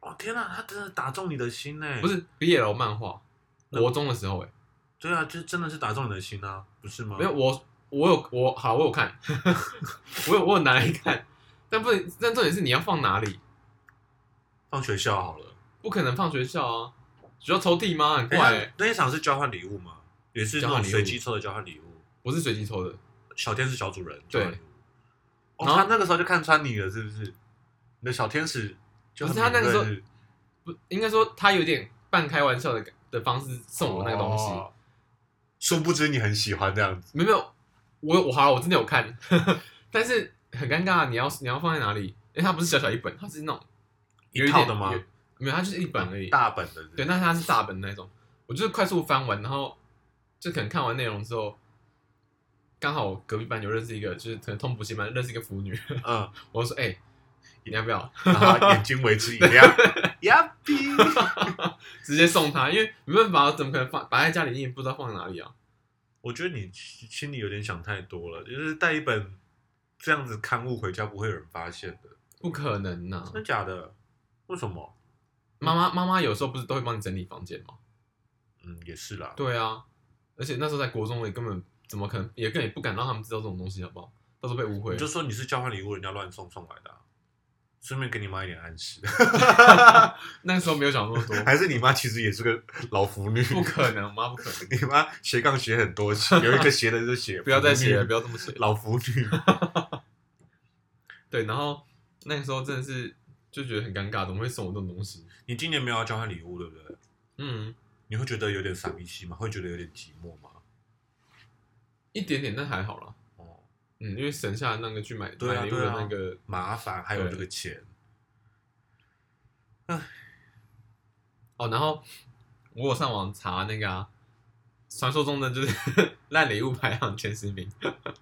Speaker 2: 哦天哪、他真的打中你的心呢、
Speaker 1: 不，是 BL 漫画，国中的时候、欸，
Speaker 2: 对啊，就真的是打中你的心啊，不是吗？
Speaker 1: 没有我，我有我好，我有看， 我有我有拿来看，但不能，但重点是你要放哪里？
Speaker 2: 放学校好了。
Speaker 1: 不可能放学校啊，学校抽屉吗？很怪、
Speaker 2: 哎
Speaker 1: 欸，，
Speaker 2: 那一场是交换礼物吗？也是那
Speaker 1: 交换
Speaker 2: 种
Speaker 1: 礼物
Speaker 2: 随机抽的交换礼物。
Speaker 1: 我是随机抽的，
Speaker 2: 小天使小主人
Speaker 1: 对
Speaker 2: 交换礼物。哦，
Speaker 1: 然后
Speaker 2: 他那个时候就看穿你了，是不是？你的小天使就
Speaker 1: 不
Speaker 2: 很
Speaker 1: 是他那个时候
Speaker 2: 敏锐
Speaker 1: 不应该说他有点半开玩笑的的方式送我那个东西，
Speaker 2: 哦殊不知你很喜欢这样子。
Speaker 1: 没有没有，我我好了，我真的有看， 但是很尴尬，你要你要放在哪里？因为它不是小小一本，它是那种有点
Speaker 2: 一套的吗哦
Speaker 1: 有没有，它就是一本而已。
Speaker 2: 大本的，
Speaker 1: 对，那它是大本那种，我就是快速翻完，然后就可能看完内容之后，刚好我隔壁班有认识一个，就是可能通补习班认识一个腐女，
Speaker 2: 嗯，
Speaker 1: 我就说哎、你要不要？
Speaker 2: 然后眼睛为之 一亮，呀比，
Speaker 1: 直接送她，因为没办法，怎么可能放摆在家里，你也不知道放在哪里啊？
Speaker 2: 我觉得你心里有点想太多了，就是带一本这样子刊物回家，不会有人发现的，
Speaker 1: 不可能呐、
Speaker 2: 真的假的？为什么？
Speaker 1: 妈妈妈妈有时候不是都会帮你整理房间吗？
Speaker 2: 嗯，也是啦。
Speaker 1: 对啊，而且那时候在国中，也根本怎么可能，也更也不敢让他们知道这种东西，好不好？到时候被误会
Speaker 2: 你就。说你是交换礼物，人家乱送送来的啊、顺便给你妈一点暗示。
Speaker 1: 那个时候没有想那么多，
Speaker 2: 还是你妈其实也是个老腐女？
Speaker 1: 不可能，我妈不可能，
Speaker 2: 你妈斜杠斜很多，有一个斜的就 斜，
Speaker 1: 不要再
Speaker 2: 腐
Speaker 1: 写
Speaker 2: 女
Speaker 1: 了，不要这么写。
Speaker 2: 老腐女。
Speaker 1: 对，然后那个时候真的是就觉得很尴尬，怎么会送我这种东西？
Speaker 2: 你今年没有要交换礼物，对不对？
Speaker 1: 嗯，
Speaker 2: 你会觉得有点傻逼气吗？会觉得有点寂寞吗？
Speaker 1: 一点点，但还好啦。
Speaker 2: 哦，
Speaker 1: 嗯，因为省下那个去买、
Speaker 2: 对啊
Speaker 1: 买礼物
Speaker 2: 对
Speaker 1: 的
Speaker 2: 啊
Speaker 1: 那个，
Speaker 2: 麻烦，还有这个钱。
Speaker 1: 哦，然后我有上网查那个啊，传说中的就是 烂礼物排行前十名。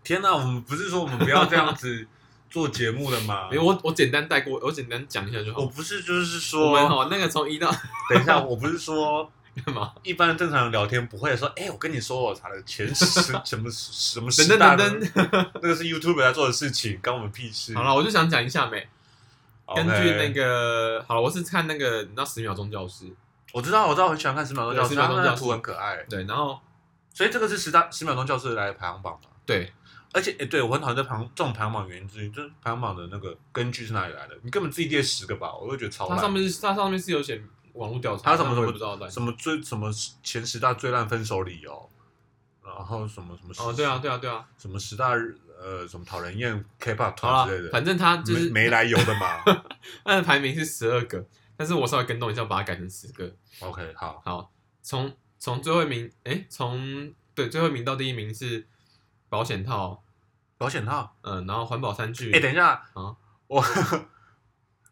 Speaker 2: 天哪、我们不是说我们不要这样子做节目的 吗？
Speaker 1: 因为我我简单带过，我简单讲一下就
Speaker 2: 我
Speaker 1: 好。
Speaker 2: 不是就是
Speaker 1: 我们
Speaker 2: 说，
Speaker 1: 哦，那个从一到
Speaker 2: 等一下，我不是说
Speaker 1: 干嘛？
Speaker 2: 一般正常人聊天不会说，哎、我跟你说我查了前十什么什
Speaker 1: 等
Speaker 2: 么十
Speaker 1: 等
Speaker 2: 大
Speaker 1: 等等，
Speaker 2: 那个是 YouTube 在做的事情，关我们屁事。
Speaker 1: 好了，我就想讲一下没。
Speaker 2: OK，
Speaker 1: 根据那个，好了，我是看那个，你知道十秒钟教室
Speaker 2: 我知道，我知道，我很喜欢看十秒钟教室，
Speaker 1: 对10秒钟
Speaker 2: 它那
Speaker 1: 教
Speaker 2: 个
Speaker 1: 室
Speaker 2: 图很可爱。
Speaker 1: 对，然后
Speaker 2: 所以这个是十大十秒钟教室来的排行榜嘛？
Speaker 1: 对，
Speaker 2: 而且，哎、对我很讨厌在排行这种排行榜原因之一，就是排行榜的那个根据是哪里来的？你根本自己列十个吧，我会觉得超
Speaker 1: 它
Speaker 2: 烂。
Speaker 1: 上面是它上面是有写网络调查，
Speaker 2: 它什么
Speaker 1: 但我也
Speaker 2: 什么
Speaker 1: 不知道在
Speaker 2: 什么最什么前十大最烂分手理由，然后什么什么
Speaker 1: 哦，对啊，对啊，对啊，
Speaker 2: 什么十大呃什么讨人厌 K-pop
Speaker 1: 好
Speaker 2: 团
Speaker 1: 啦
Speaker 2: 之类，的，
Speaker 1: 反正它就是
Speaker 2: 没没来由的 嘛。
Speaker 1: 它的排名是十二个，但是我稍微跟动一下，把它改成十个。
Speaker 2: OK，好，
Speaker 1: 好，从从最后一名，哎、从对最后一名到第一名是保险套，
Speaker 2: 保险套。
Speaker 1: 嗯、然后环保餐具。
Speaker 2: 哎、等一下，
Speaker 1: 啊
Speaker 2: 我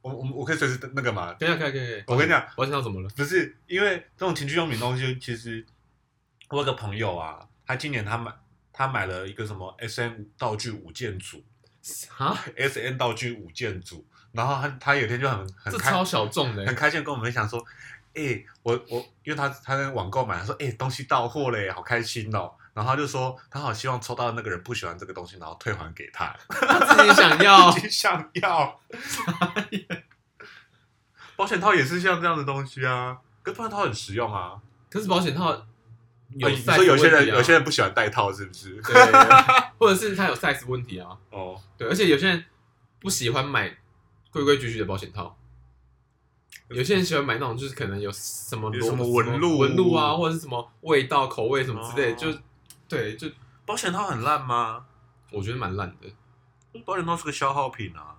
Speaker 2: 我我我可以随时那个嘛？
Speaker 1: 等一下，可以可以可以。
Speaker 2: 我跟你讲，
Speaker 1: 保险套怎么了？
Speaker 2: 不是因为这种情趣用品东西，其实我有个朋友啊，他今年他买他买了一个什么 S N 道具五件组
Speaker 1: 啊，
Speaker 2: ，S N 道具五件组，然后他他有一天就很很
Speaker 1: 这
Speaker 2: 开
Speaker 1: 超小众的、欸
Speaker 2: 很开心地跟我们分享说，哎、我我因为他他在网购买，他说哎、东西到货嘞，好开心哦。然后他就说，他好希望抽到的那个人不喜欢这个东西，然后退还给他。
Speaker 1: 他自己想要
Speaker 2: 自。己想 要。保险套也是像这样的东西啊，可是保险套很实用啊。
Speaker 1: 可是保险套有
Speaker 2: 哦
Speaker 1: size
Speaker 2: 你说有些
Speaker 1: 问
Speaker 2: 人
Speaker 1: 题啊
Speaker 2: 有些人不喜欢戴套，是不是？
Speaker 1: 对，或者是它有 size 问题啊。
Speaker 2: 哦，
Speaker 1: 对，而且有些人不喜欢买规规矩矩的保险套，有些人喜欢买那种就是可能有什么
Speaker 2: 有
Speaker 1: 螺
Speaker 2: 什么纹路
Speaker 1: 纹路啊，或者是什么味道、口味什么之类的，
Speaker 2: 哦
Speaker 1: 就对，就
Speaker 2: 保险套很烂吗？
Speaker 1: 我觉得蛮烂的，
Speaker 2: 保险套是个消耗品啊，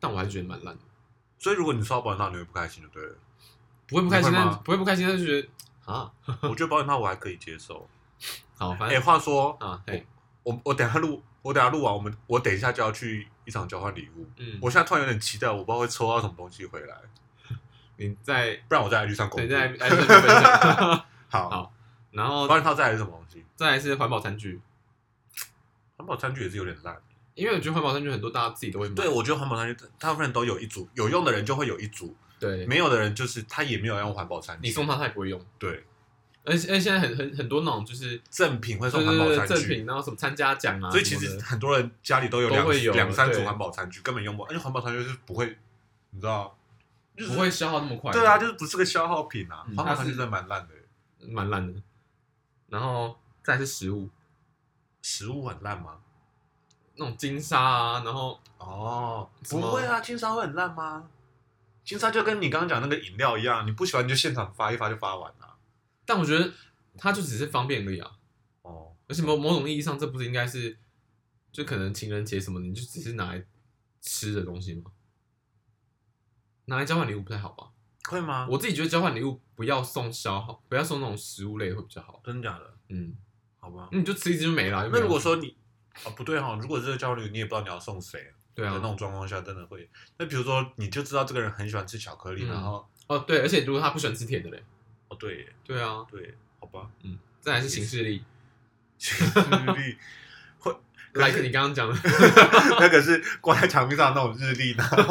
Speaker 1: 但我还是觉得蛮烂的，所
Speaker 2: 所以如果你抽到保险套，你会不开心就对 了。
Speaker 1: 不会不开心，
Speaker 2: 你会吗
Speaker 1: 但不会不开心，但是觉得啊，
Speaker 2: 我觉得保险套我还可以接受。
Speaker 1: 好，反
Speaker 2: 哎、
Speaker 1: 正、
Speaker 2: 话说，
Speaker 1: 啊，嘿，
Speaker 2: 我我等一下录，我等一下录完，我们我等一下就要去一场交换礼物。
Speaker 1: 嗯，
Speaker 2: 我现在突然有点期待，我不知道会抽到什么东西回来，
Speaker 1: 你在
Speaker 2: 不然我在 IG 上
Speaker 1: 对
Speaker 2: 公布。
Speaker 1: 在在这边分享，
Speaker 2: 好，
Speaker 1: 好然后
Speaker 2: 保险套再来是什么东西？
Speaker 1: 再来是环保餐具，
Speaker 2: 环保餐具也是有点烂。
Speaker 1: 因为我觉得环保餐具很多大家自己都会买，
Speaker 2: 对，我觉得环保餐具大部分人都有一组，有用的人就会有一组，
Speaker 1: 对，
Speaker 2: 没有的人就是他也没有用环保餐具。
Speaker 1: 你送他他也不会用，
Speaker 2: 对
Speaker 1: 而且而且现在很很很多那种就是。
Speaker 2: 赠品会
Speaker 1: 就
Speaker 2: 送环保
Speaker 1: 是
Speaker 2: 餐
Speaker 1: 赠
Speaker 2: 具，
Speaker 1: 品，然后什么参加奖啊，
Speaker 2: 所以其
Speaker 1: 什
Speaker 2: 实
Speaker 1: 么的
Speaker 2: 很多人家里都有
Speaker 1: 都
Speaker 2: 两
Speaker 1: 会有
Speaker 2: 两三组
Speaker 1: 对
Speaker 2: 环保餐具，根本用不完，而且环保餐具是不会，你知道，就是
Speaker 1: 不会消耗那么快。
Speaker 2: 对啊，就是不是个消耗品啊，
Speaker 1: 嗯
Speaker 2: 环保
Speaker 1: 它
Speaker 2: 餐
Speaker 1: 是
Speaker 2: 具真的蛮烂的，
Speaker 1: 蛮烂的。然后再来是食物，
Speaker 2: 食物很烂吗？
Speaker 1: 那种金沙啊，然后
Speaker 2: 哦，
Speaker 1: 什
Speaker 2: 不
Speaker 1: 么
Speaker 2: 会啊，金沙会很烂吗？金沙就跟你刚刚讲那个饮料一样，你不喜欢你就现场发一发就发完了、
Speaker 1: 但我觉得它就只是方便而已啊。
Speaker 2: 哦，
Speaker 1: 而且某某种意义上，这不是应该是就可能情人节什么的，你就只是拿来吃的东西吗？拿来交换礼物不太好吧？
Speaker 2: 会吗？
Speaker 1: 我自己觉得交换礼物不要送消耗，不要送那种食物类会比较好。
Speaker 2: 真的假的？
Speaker 1: 嗯，
Speaker 2: 好吧，
Speaker 1: 你就吃一只就没了。又没
Speaker 2: 啊那
Speaker 1: 有
Speaker 2: 如果说你啊不对哈、如果这个交流你也不知道你要送谁
Speaker 1: 对
Speaker 2: 的
Speaker 1: 啊
Speaker 2: 那，种状况下，真的会。那比如说你就知道这个人很喜欢吃巧克力，
Speaker 1: 嗯
Speaker 2: 然后
Speaker 1: 哦对，而且如果他不喜欢吃甜的嘞，
Speaker 2: 哦对耶
Speaker 1: 对啊，
Speaker 2: 对，好吧，
Speaker 1: 嗯，再来是形式力
Speaker 2: 日历会 可
Speaker 1: ，like
Speaker 2: 是
Speaker 1: 你刚刚讲的，
Speaker 2: 那个是挂在墙壁上的那种日历，然后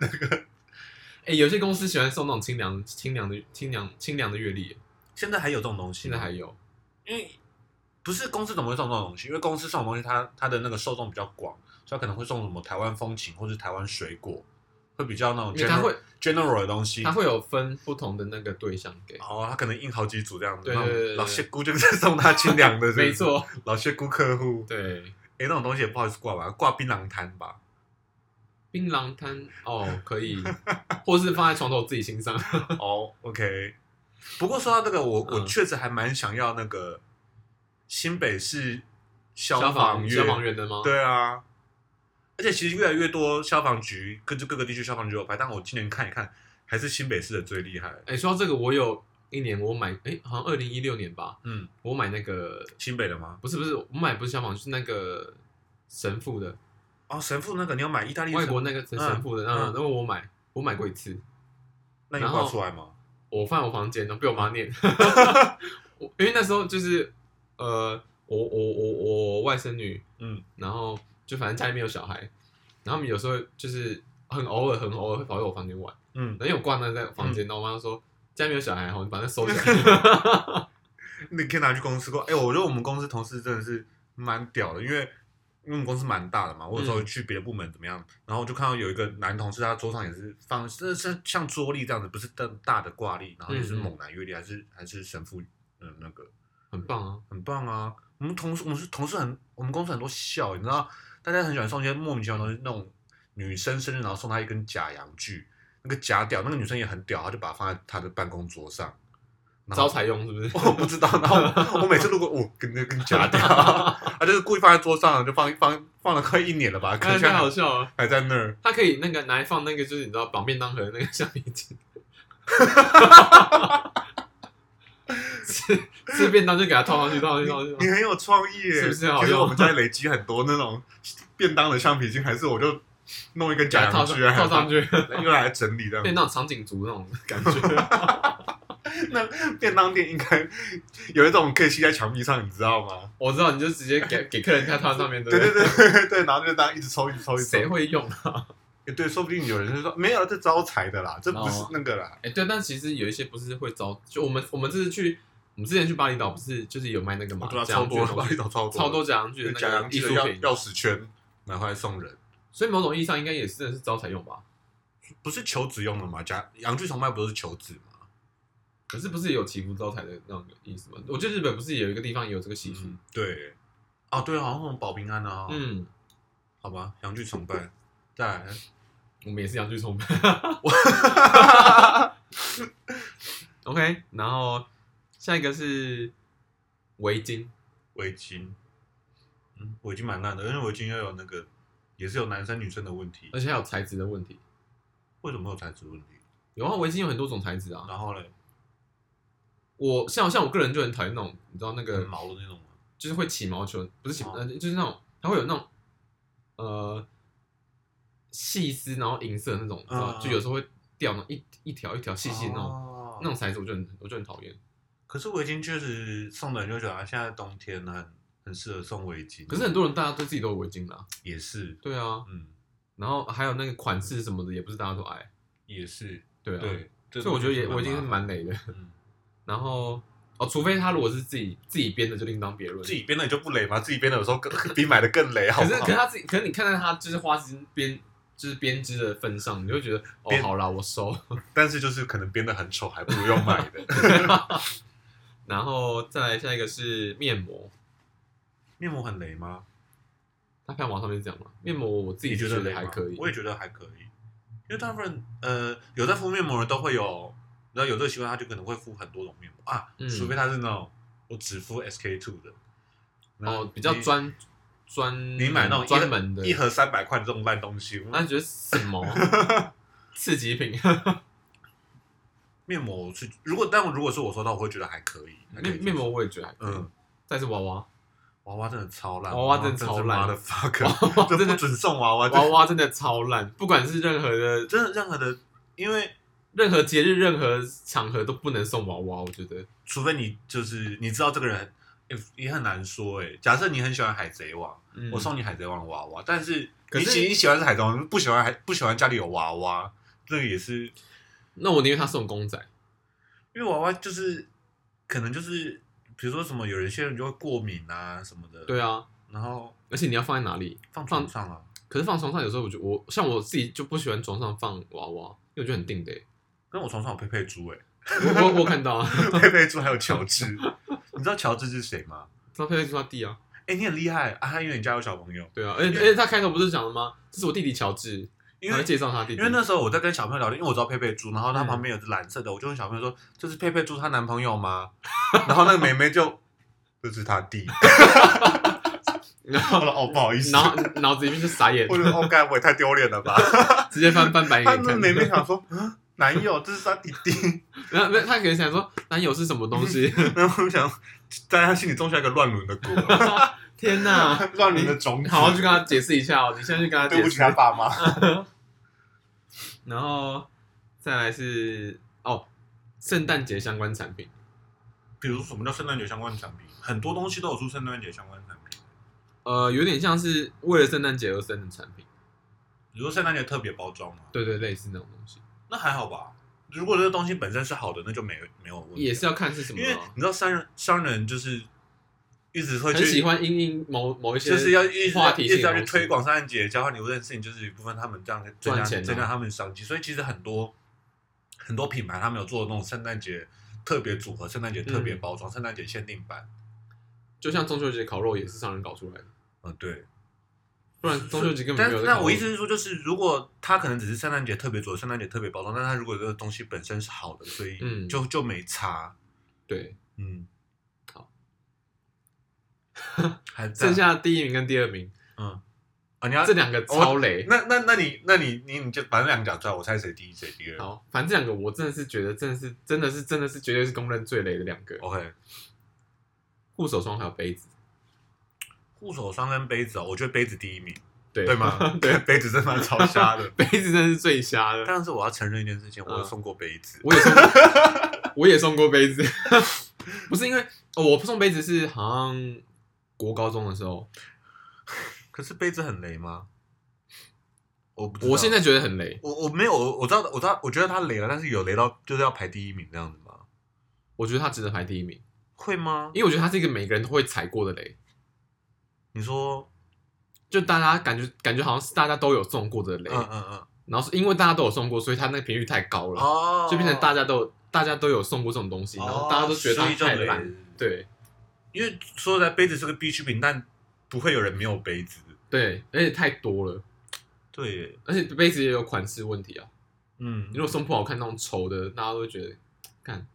Speaker 2: 那个
Speaker 1: 哎、有些公司喜欢送那种清凉、清凉的、清凉、清凉的月历，
Speaker 2: 嗯现在还有这种东西
Speaker 1: 现
Speaker 2: 吗，
Speaker 1: 在还有，
Speaker 2: 因为不是公司怎么会送这种东西？因为公司送的东西它它的那个受众比较广，所以它可能会送什么台湾风情或是台湾水果，会比较那种
Speaker 1: 因为它
Speaker 2: general
Speaker 1: 会
Speaker 2: general 的东西，
Speaker 1: 它会有分不同的那个对象给，
Speaker 2: 哦，他可能印好几组这样子，
Speaker 1: 对对对对对
Speaker 2: 老谢姑就是送他清凉的，是不是
Speaker 1: 没，错，
Speaker 2: 老谢姑客户，
Speaker 1: 对，
Speaker 2: 哎，那种东西也不好意思挂吧，挂槟榔摊吧，
Speaker 1: 槟榔摊 哦可以，或是放在床头自己欣赏，
Speaker 2: 哦，OK。不过说到这个，我我
Speaker 1: 嗯
Speaker 2: 确实还蛮想要那个新北市消
Speaker 1: 防
Speaker 2: 月，
Speaker 1: 消防员的吗？，
Speaker 2: 对啊。而且其实越来越多消防局，各就各个地区消防局有拍，但我今年看一看，还是新北市的最厉害。
Speaker 1: 哎、说到这个，我有一年我买，哎、好像二零一六年吧，
Speaker 2: 嗯，
Speaker 1: 我买那个
Speaker 2: 新北的吗？
Speaker 1: 不是不是，我买不是消防，是那个神父的
Speaker 2: 哦，神父那个你要买意大利
Speaker 1: 外国
Speaker 2: 神
Speaker 1: 那个神神父的，嗯，
Speaker 2: 嗯
Speaker 1: 然后我买我买过一次，
Speaker 2: 那你
Speaker 1: 然
Speaker 2: 挂
Speaker 1: 后
Speaker 2: 出来吗？
Speaker 1: 我放在我房间，然后被我妈 念。我因为那时候就是呃，我我我我外甥女，
Speaker 2: 嗯，
Speaker 1: 然后就反正家里面有小孩，然后他们有时候就是很偶尔很偶尔会跑到我房间玩，
Speaker 2: 嗯，
Speaker 1: 然后因为我挂那个在房间，然后我妈就说家里面有小孩，然后你把那收起来。
Speaker 2: 你可以拿去公司过。哎、我觉得我们公司同事真的是蛮屌的，因为因为我们公司蛮大的嘛，我有时
Speaker 1: 嗯
Speaker 2: 候去别的部门怎么样，然后我就看到有一个男同事，他桌上也是放，是是像桌历这样子，不是大大的挂历，然后也是
Speaker 1: 嗯嗯
Speaker 2: 猛男阅历，还是还是神父，嗯，那个
Speaker 1: 很棒啊！
Speaker 2: 很棒啊。我们同事，我们是同事很，我们公司很多笑，你知道，大家很喜欢送一些莫名其妙的东西，那种女生生日然后送她一根假洋具，那个假屌，那个女生也很屌，她就把它放在她的办公桌上。然后
Speaker 1: 招财用是不是？
Speaker 2: 我不知道，然后我我每次路过，我跟那跟假 屌，他就是故意放在桌上，就放放放了快一年了吧，可
Speaker 1: 看
Speaker 2: 能
Speaker 1: 太
Speaker 2: 现
Speaker 1: 哎好
Speaker 2: 在
Speaker 1: 笑了。
Speaker 2: 还在那儿。
Speaker 1: 它可以那个拿来放那个，就是你知道绑便当盒的那个橡皮筋， 吃吃便当就给它套上去，套上去，套上
Speaker 2: 你
Speaker 1: 去。
Speaker 2: 很有创意耶，
Speaker 1: 是不是好
Speaker 2: 其实
Speaker 1: 用
Speaker 2: 我们在累积很多那种便当的橡皮筋，还是我就弄一根
Speaker 1: 给
Speaker 2: 假
Speaker 1: 它套上，
Speaker 2: 洋具，
Speaker 1: 套上 去，
Speaker 2: 用来整理这样
Speaker 1: 变。那种长颈族那种感觉。
Speaker 2: 便当店应该有一种可以吸在墙壁上，你知道吗？
Speaker 1: 我知道，你就直接给给客人看套在上面，对
Speaker 2: 对
Speaker 1: 不
Speaker 2: 对
Speaker 1: 对？
Speaker 2: 对对，然后就当一直抽一直抽一直抽
Speaker 1: 谁。会用啊？
Speaker 2: 诶对，说不定有人就说没有，这招财的啦，这不是
Speaker 1: 哦
Speaker 2: 那个啦。
Speaker 1: 哎、对，但其实有一些不是会招，就我们我们这次去，我们之前去巴厘岛不是就是有卖那个嘛，
Speaker 2: 对啊，
Speaker 1: 假
Speaker 2: 超
Speaker 1: 洋具
Speaker 2: 多
Speaker 1: 的
Speaker 2: 了，
Speaker 1: 东西
Speaker 2: 找超多，
Speaker 1: 超多假洋具的那
Speaker 2: 假
Speaker 1: 个
Speaker 2: 洋
Speaker 1: 艺
Speaker 2: 具
Speaker 1: 术
Speaker 2: 的钥
Speaker 1: 品，
Speaker 2: 钥匙圈买回来送人，
Speaker 1: 所以某种意义上应该也是真的是招财用吧。
Speaker 2: 不是求子用的嘛？假洋具崇拜不是求子吗？
Speaker 1: 可是不是有祈福招财的那种意思吗？我记得日本不是有一个地方也有这个习俗，
Speaker 2: 嗯，对。哦，对，好像那种保平安啊。嗯，
Speaker 1: 嗯，
Speaker 2: 好吧，洋具崇拜。再来，
Speaker 1: 我们也是洋具崇拜。OK，然后下一个是围巾，
Speaker 2: 围巾，嗯，围巾蛮烂的，因为围巾要有那个，也是有男生女生的问题
Speaker 1: 而。且还有材质的问题。
Speaker 2: 为什么会有材质问题？
Speaker 1: 有啊，围巾有很多种材质啊。
Speaker 2: 然后嘞，
Speaker 1: 我像像我个人就很讨厌那种，你知道那个
Speaker 2: 很毛的那种吗？
Speaker 1: 就是会起毛球，不是起，
Speaker 2: 嗯哦
Speaker 1: 呃，就是那种它会有那种呃细丝，然后银色的那种，你知道吗
Speaker 2: 嗯嗯
Speaker 1: 就有时候会掉那一一条一条细细的那种、
Speaker 2: 哦
Speaker 1: 那种材质，我就很我就很讨厌。
Speaker 2: 可是围巾确实送的人就觉得啊，现在冬天很很适合送围巾。
Speaker 1: 可是很多人大家对自己都有围巾啦，
Speaker 2: 也是，
Speaker 1: 对啊，
Speaker 2: 嗯，
Speaker 1: 然后还有那个款式什么的，也不是大家都爱，
Speaker 2: 也是，
Speaker 1: 对啊，
Speaker 2: 对。这
Speaker 1: 所以我觉得也我已经是
Speaker 2: 蛮
Speaker 1: 蛮累的。
Speaker 2: 麻烦，嗯
Speaker 1: 然后哦，除非他如果是自己自己编的，就另当别论。
Speaker 2: 自己编的你就不雷吗？自己编的有时候更 比买的更雷，好
Speaker 1: 可
Speaker 2: 不
Speaker 1: 是
Speaker 2: 好
Speaker 1: 可是？他自己，可是你看在他就是花枝编就是编织的份上，你就会觉得哦，
Speaker 2: 编
Speaker 1: 好啦，我收。
Speaker 2: 但是就是可能编的很丑，还不如用买的。
Speaker 1: 然后再来下一个是面膜，
Speaker 2: 面膜很雷吗？
Speaker 1: 他看网上面是这样嘛，面膜我自己
Speaker 2: 觉
Speaker 1: 是觉
Speaker 2: 雷
Speaker 1: 得还
Speaker 2: 吗
Speaker 1: 可以，
Speaker 2: 我也觉得还可以，因为大部分呃有在敷面膜的都会有，然后有这个习惯，他就可能会敷很多种面膜啊，
Speaker 1: 嗯
Speaker 2: 除非他是那种我只敷 SK two 的，那
Speaker 1: 哦比较
Speaker 2: 你
Speaker 1: 专专，
Speaker 2: 你买那种一盒
Speaker 1: 专门的，
Speaker 2: 一盒三百块的这种烂东西，
Speaker 1: 那你觉得什 么刺激品？
Speaker 2: 面膜我是如果但如果是我收到，我会觉得还可以，还可以
Speaker 1: 面面膜我也觉得还可以，
Speaker 2: 嗯。
Speaker 1: 再是娃娃，
Speaker 2: 娃娃真的超烂，
Speaker 1: 娃娃真的超烂
Speaker 2: 的 fuck，这
Speaker 1: 真
Speaker 2: 不
Speaker 1: 的
Speaker 2: 准送娃
Speaker 1: 娃
Speaker 2: 娃，这
Speaker 1: 娃真的超烂，不管是任何的
Speaker 2: 真的任何的，因为
Speaker 1: 任何节日、任何场合都不能送娃娃，我觉得。
Speaker 2: 除非你就是你知道这个人，也也很难说哎、假设你很喜欢海贼王，
Speaker 1: 嗯
Speaker 2: 我送你海贼王的娃娃，但是
Speaker 1: 可
Speaker 2: 你
Speaker 1: 是
Speaker 2: 喜你喜欢是海贼王，不喜欢还不喜欢家里有娃娃，这个也是
Speaker 1: 那我宁愿他送公仔，
Speaker 2: 因为娃娃就是可能就是比如说什么有人些人就会过敏啊什么的，
Speaker 1: 对，啊，
Speaker 2: 然后
Speaker 1: 而且你要放在哪里？
Speaker 2: 放床上啊，
Speaker 1: 可是放床上有时候我就我像我自己就不喜欢床上放娃娃，因为我觉得很定的欸、
Speaker 2: 跟我床上有佩佩猪哎、
Speaker 1: 我我我看到啊，
Speaker 2: 佩佩猪还有乔治，你知道乔治是谁吗？
Speaker 1: 张佩佩是他弟啊，
Speaker 2: 哎、你很厉害啊，因为你家有小朋友。
Speaker 1: 对啊，而且而且他开头不是讲了吗？这是我弟弟乔治，
Speaker 2: 因
Speaker 1: 他
Speaker 2: 为
Speaker 1: 会介绍他弟弟，
Speaker 2: 因为那时候我在跟小朋友聊天，因为我知道佩佩猪，然后她
Speaker 1: 嗯
Speaker 2: 旁边有只蓝色的，我就问小朋友说：“这是佩佩猪她男朋友吗？”然后那个妹妹就：“这是她弟。
Speaker 1: 然”
Speaker 2: 我
Speaker 1: 后
Speaker 2: 说：“哦，不好意思。”
Speaker 1: 脑脑子里面就傻眼
Speaker 2: 我，觉得：“哦，该我也太丢脸了吧
Speaker 1: 直接翻翻白？”眼
Speaker 2: 她
Speaker 1: 给你
Speaker 2: 那
Speaker 1: 看。
Speaker 2: 妹妹想说：“嗯，男友，这是她弟弟。
Speaker 1: 然后他可能想说男友是什么东 西？”
Speaker 2: 然后我想，在她心里种下一个乱伦的果，
Speaker 1: 天哪！
Speaker 2: 乱伦的种
Speaker 1: 你
Speaker 2: 子。
Speaker 1: 好好去跟他解释一下哦，你现在去跟他
Speaker 2: 对
Speaker 1: 解
Speaker 2: 不起
Speaker 1: 释。
Speaker 2: 她爸妈。
Speaker 1: 然后再来是哦，圣诞节相关产品，
Speaker 2: 比如什么叫圣诞节相关产品，很多东西都有出圣诞节相关产品。
Speaker 1: 呃，有点像是为了圣诞节而生的产品，
Speaker 2: 比如说圣诞节特别包装嘛，
Speaker 1: 对对，类似那种东西，
Speaker 2: 那还好吧。如果这个东西本身是好的，那就没没有问题。
Speaker 1: 也是要看是什么
Speaker 2: 因为
Speaker 1: 啊。
Speaker 2: 你知道商人商人就是一直会去
Speaker 1: 很喜，欢因应某某一些，
Speaker 2: 就是要一直
Speaker 1: 话题
Speaker 2: 一
Speaker 1: 性
Speaker 2: 直要去
Speaker 1: 东西
Speaker 2: 推广商人节交换礼物这件事情，就是一部分他们这样增加
Speaker 1: 赚钱啊
Speaker 2: 增加他们的商机，所以其实很多很多品牌他们有做那种圣诞节特别组合、
Speaker 1: 嗯
Speaker 2: 圣诞节特别包装、圣诞节限定版。
Speaker 1: 就像中秋节烤肉也是商人搞出来的。
Speaker 2: 呃，对，
Speaker 1: 不然中秋节根本
Speaker 2: 但
Speaker 1: 没有在
Speaker 2: 但
Speaker 1: 烤
Speaker 2: 我
Speaker 1: 肉
Speaker 2: 意思是说，就是如果他可能只是圣诞节特别做，圣诞节特别包装，但他如果这个东西本身是好的，所以
Speaker 1: 嗯
Speaker 2: 就、就没差。
Speaker 1: 对，
Speaker 2: 嗯，
Speaker 1: 好，
Speaker 2: 还在
Speaker 1: 剩下第一名跟第二名
Speaker 2: 嗯啊，你要
Speaker 1: 这两个超雷。
Speaker 2: 那那那你那你你你就把那两个讲出来，我猜谁第一谁第二。
Speaker 1: 好，反正这两个我真的是觉得，真的是，真的是，真的是，绝对是公认最雷的两个，
Speaker 2: ，OK，
Speaker 1: 护手霜还有杯子，
Speaker 2: 护手霜跟杯子哦，我觉得杯子第一名，
Speaker 1: 对
Speaker 2: 对吗？
Speaker 1: 对，
Speaker 2: 杯子真的蛮超 瞎的。
Speaker 1: 杯子真的是最瞎的。
Speaker 2: 但是我要承认一件事情，我
Speaker 1: 嗯
Speaker 2: 有送过杯子，
Speaker 1: 我也送过， 我也送过杯子， 不是因为、哦、我送杯子是好像国高中的时候，
Speaker 2: 可是杯子很雷吗？我不知道
Speaker 1: 我现在觉得很雷，
Speaker 2: 我我没有，我我知道我知道，我觉得他雷了，但是有雷到就是要排第一名这样子吗？
Speaker 1: 我觉得它值得排第一名，
Speaker 2: 会吗？
Speaker 1: 因为我觉得它是一个每个人都会踩过的雷，
Speaker 2: 你说，
Speaker 1: 就大家感觉感觉好像是大家都有中过的雷，
Speaker 2: 嗯嗯嗯，
Speaker 1: 然后是因为大家都有中过，所以它那个频率太高了，
Speaker 2: 哦
Speaker 1: 就变成大家都有大家都有送过这种东西，然后大家都觉得
Speaker 2: 所以
Speaker 1: 它
Speaker 2: 就
Speaker 1: 太
Speaker 2: 雷
Speaker 1: 烂，，对
Speaker 2: 因为说实在，杯子是个必需品，但不会有人没有杯子。
Speaker 1: 对，而且太多了，
Speaker 2: 对耶，
Speaker 1: 而且杯子也有款式问题啊，
Speaker 2: 嗯
Speaker 1: 你如果送不好看那种丑的，大家都会觉得。看，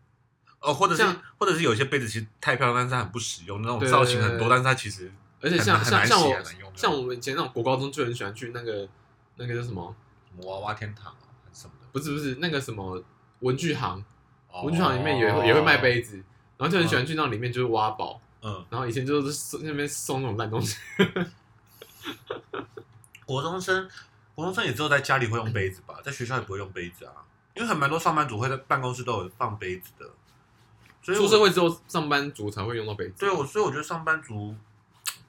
Speaker 2: 哦，或者是
Speaker 1: 像
Speaker 2: 或者是有些杯子其实太漂亮，但是它很不实用，那种
Speaker 1: 对
Speaker 2: 造型很
Speaker 1: 对
Speaker 2: 多，
Speaker 1: 对
Speaker 2: 但是它其实
Speaker 1: 而且
Speaker 2: 很
Speaker 1: 像
Speaker 2: 很
Speaker 1: 像
Speaker 2: 难啊
Speaker 1: 像
Speaker 2: 洗
Speaker 1: 我
Speaker 2: 很难用的
Speaker 1: 像我们以前那种国高中就很喜欢去那个那个叫什么？
Speaker 2: 什么娃娃天堂啊什么的，
Speaker 1: 不是不是那个什么文具行，
Speaker 2: 哦
Speaker 1: 文具行里面也会也会卖，杯子，然后就很喜欢去那里面就是挖宝，
Speaker 2: 嗯，
Speaker 1: 然后以前就是送那边送那种烂东西，
Speaker 2: 国中生国中生也只有在家里会用杯子吧，在学校也不会用杯子啊，因为很蛮多上班族会在办公室都有放杯子的，所以
Speaker 1: 出
Speaker 2: 我
Speaker 1: 社会之后上班族才会用到杯子。
Speaker 2: 对我，所以我觉得上班族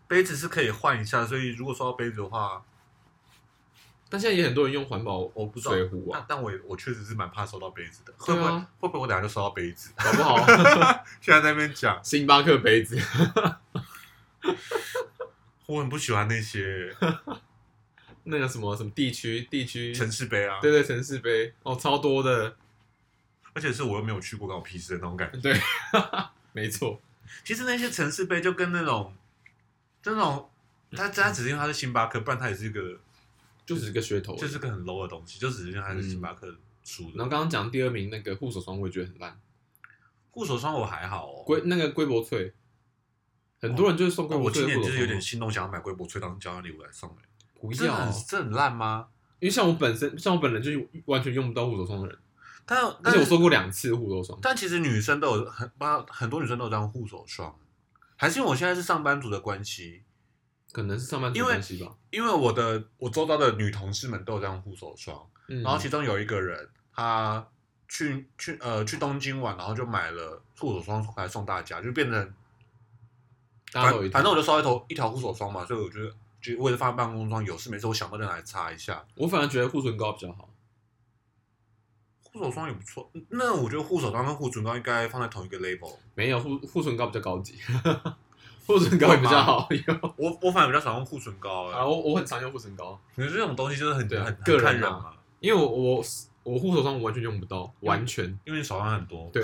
Speaker 2: 杯子是可以换一下，所以如果说到杯子的话，
Speaker 1: 但现在也很多人用环保
Speaker 2: 我不知道
Speaker 1: 水壶啊
Speaker 2: 但，但我也我确实是蛮怕收到杯子的，会
Speaker 1: 对啊
Speaker 2: 不会、会不会我等下就收到杯子？
Speaker 1: 搞不好
Speaker 2: 现在在那边讲，
Speaker 1: 星巴克杯子。
Speaker 2: 我很不喜欢 那些
Speaker 1: 那个什么什么地区地区，
Speaker 2: 城市杯啊，
Speaker 1: 对对城市杯哦，超多的，
Speaker 2: 而且是我又没有去过，关我屁事的那种感觉。
Speaker 1: 对，没错，
Speaker 2: 其实那些城市杯就跟那种，就那种，它它只是因为它是星巴克，不然它也是一个
Speaker 1: 就只是个噱头而已。
Speaker 2: 就是个很 low 的东西，就只是因为它是星巴克出
Speaker 1: 然
Speaker 2: 的
Speaker 1: 后。刚刚讲第二名那个护手霜，我也觉得很烂，
Speaker 2: 护手霜我还好哦，
Speaker 1: 龟那个龟柏翠，很多人就是送龟
Speaker 2: 我
Speaker 1: 柏
Speaker 2: 今
Speaker 1: 翠的
Speaker 2: 年
Speaker 1: 护手
Speaker 2: 就是
Speaker 1: 霜
Speaker 2: 有点心动，想要买龟柏翠当交换礼物来送人。
Speaker 1: 不
Speaker 2: 这
Speaker 1: 要哦
Speaker 2: 很，这很烂吗？
Speaker 1: 因为像我本身像我本人就是完全用不到护手霜的人，
Speaker 2: 但
Speaker 1: 而
Speaker 2: 但
Speaker 1: 且
Speaker 2: 是
Speaker 1: 我收过两次护手霜，
Speaker 2: 但其实女生都有很把很多女生都有当护手霜，还是因为我现在是上班族的关系，
Speaker 1: 可能是上班族
Speaker 2: 因为
Speaker 1: 关系吧。
Speaker 2: 因为我的我周遭的女同事们都有当护手霜，
Speaker 1: 嗯，
Speaker 2: 然后其中有一个人她去去呃去东京玩，然后就买了护手霜来送大家，就变成
Speaker 1: 大
Speaker 2: 反
Speaker 1: 家都有一
Speaker 2: 反
Speaker 1: 套
Speaker 2: 正我就收一头一条护手霜嘛，所以我觉得就为了放在办公桌上，有事没事我想到就拿来擦一下。
Speaker 1: 我反而觉得护唇膏比较好，
Speaker 2: 护手霜也不错，嗯那我觉得护手霜跟护唇膏应该放在同一个 label。
Speaker 1: 没有护护唇膏比较高级， 护唇膏也比较好用。
Speaker 2: 我我反而比较少用护唇膏、欸，
Speaker 1: 哦啊，我我很常用护唇膏，
Speaker 2: 可是这种东西就是很
Speaker 1: 对啊
Speaker 2: 很
Speaker 1: 个
Speaker 2: 很
Speaker 1: 人
Speaker 2: 看人
Speaker 1: 嘛
Speaker 2: 嘛，
Speaker 1: 因为我我我护手霜我完全用不到，完全
Speaker 2: 因为你手上很多。
Speaker 1: 对，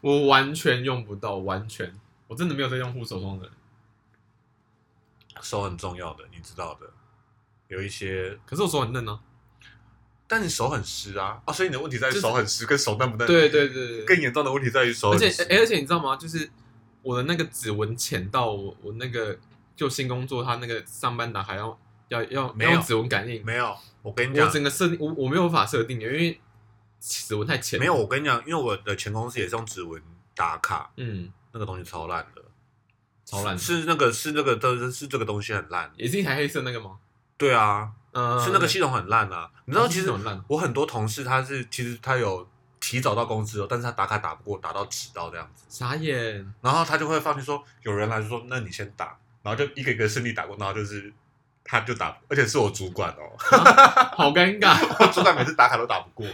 Speaker 1: 我完全用不到，完全，我真的没有在用护手霜的人。
Speaker 2: 手很重要的，你知道的。有一些，
Speaker 1: 可是我手很嫩啊，
Speaker 2: 但你手很湿啊，哦，所以你的问题在于
Speaker 1: 就是
Speaker 2: 手很湿跟手嫩不嫩。
Speaker 1: 对对对对
Speaker 2: 更严重的问题在于手
Speaker 1: 而
Speaker 2: 很
Speaker 1: 且哎
Speaker 2: 湿。
Speaker 1: 诶而且你知道吗？就是我的那个指纹浅到我我那个就新工作，他那个上班打卡要要要
Speaker 2: 没有
Speaker 1: 要用指纹感应，
Speaker 2: 没有，我跟你
Speaker 1: 我
Speaker 2: 讲，
Speaker 1: 整个设定我我没有办法设定的，因为指纹太浅。
Speaker 2: 没有，，我跟你讲，因为我的前公司也是用指纹打卡，
Speaker 1: 嗯，
Speaker 2: 那个东西超烂的，
Speaker 1: 超烂的，
Speaker 2: 是那个是那个的是这个东西很烂。
Speaker 1: 也是一台黑色那个吗？
Speaker 2: 对啊，
Speaker 1: 嗯，哦
Speaker 2: 是那个系统很烂啊。你知道，其实
Speaker 1: 很烂，
Speaker 2: 我很多同事他是其实他有提早到公司哦了，但是他打卡打不过，打到迟到这样子。
Speaker 1: 傻眼，
Speaker 2: 然后他就会放弃说，有人来就说，那你先打，然后就一个一个顺利打过，然后就是他就打，而且是我主管哦，
Speaker 1: 好尴尬。
Speaker 2: 我主管每次打卡都打不过，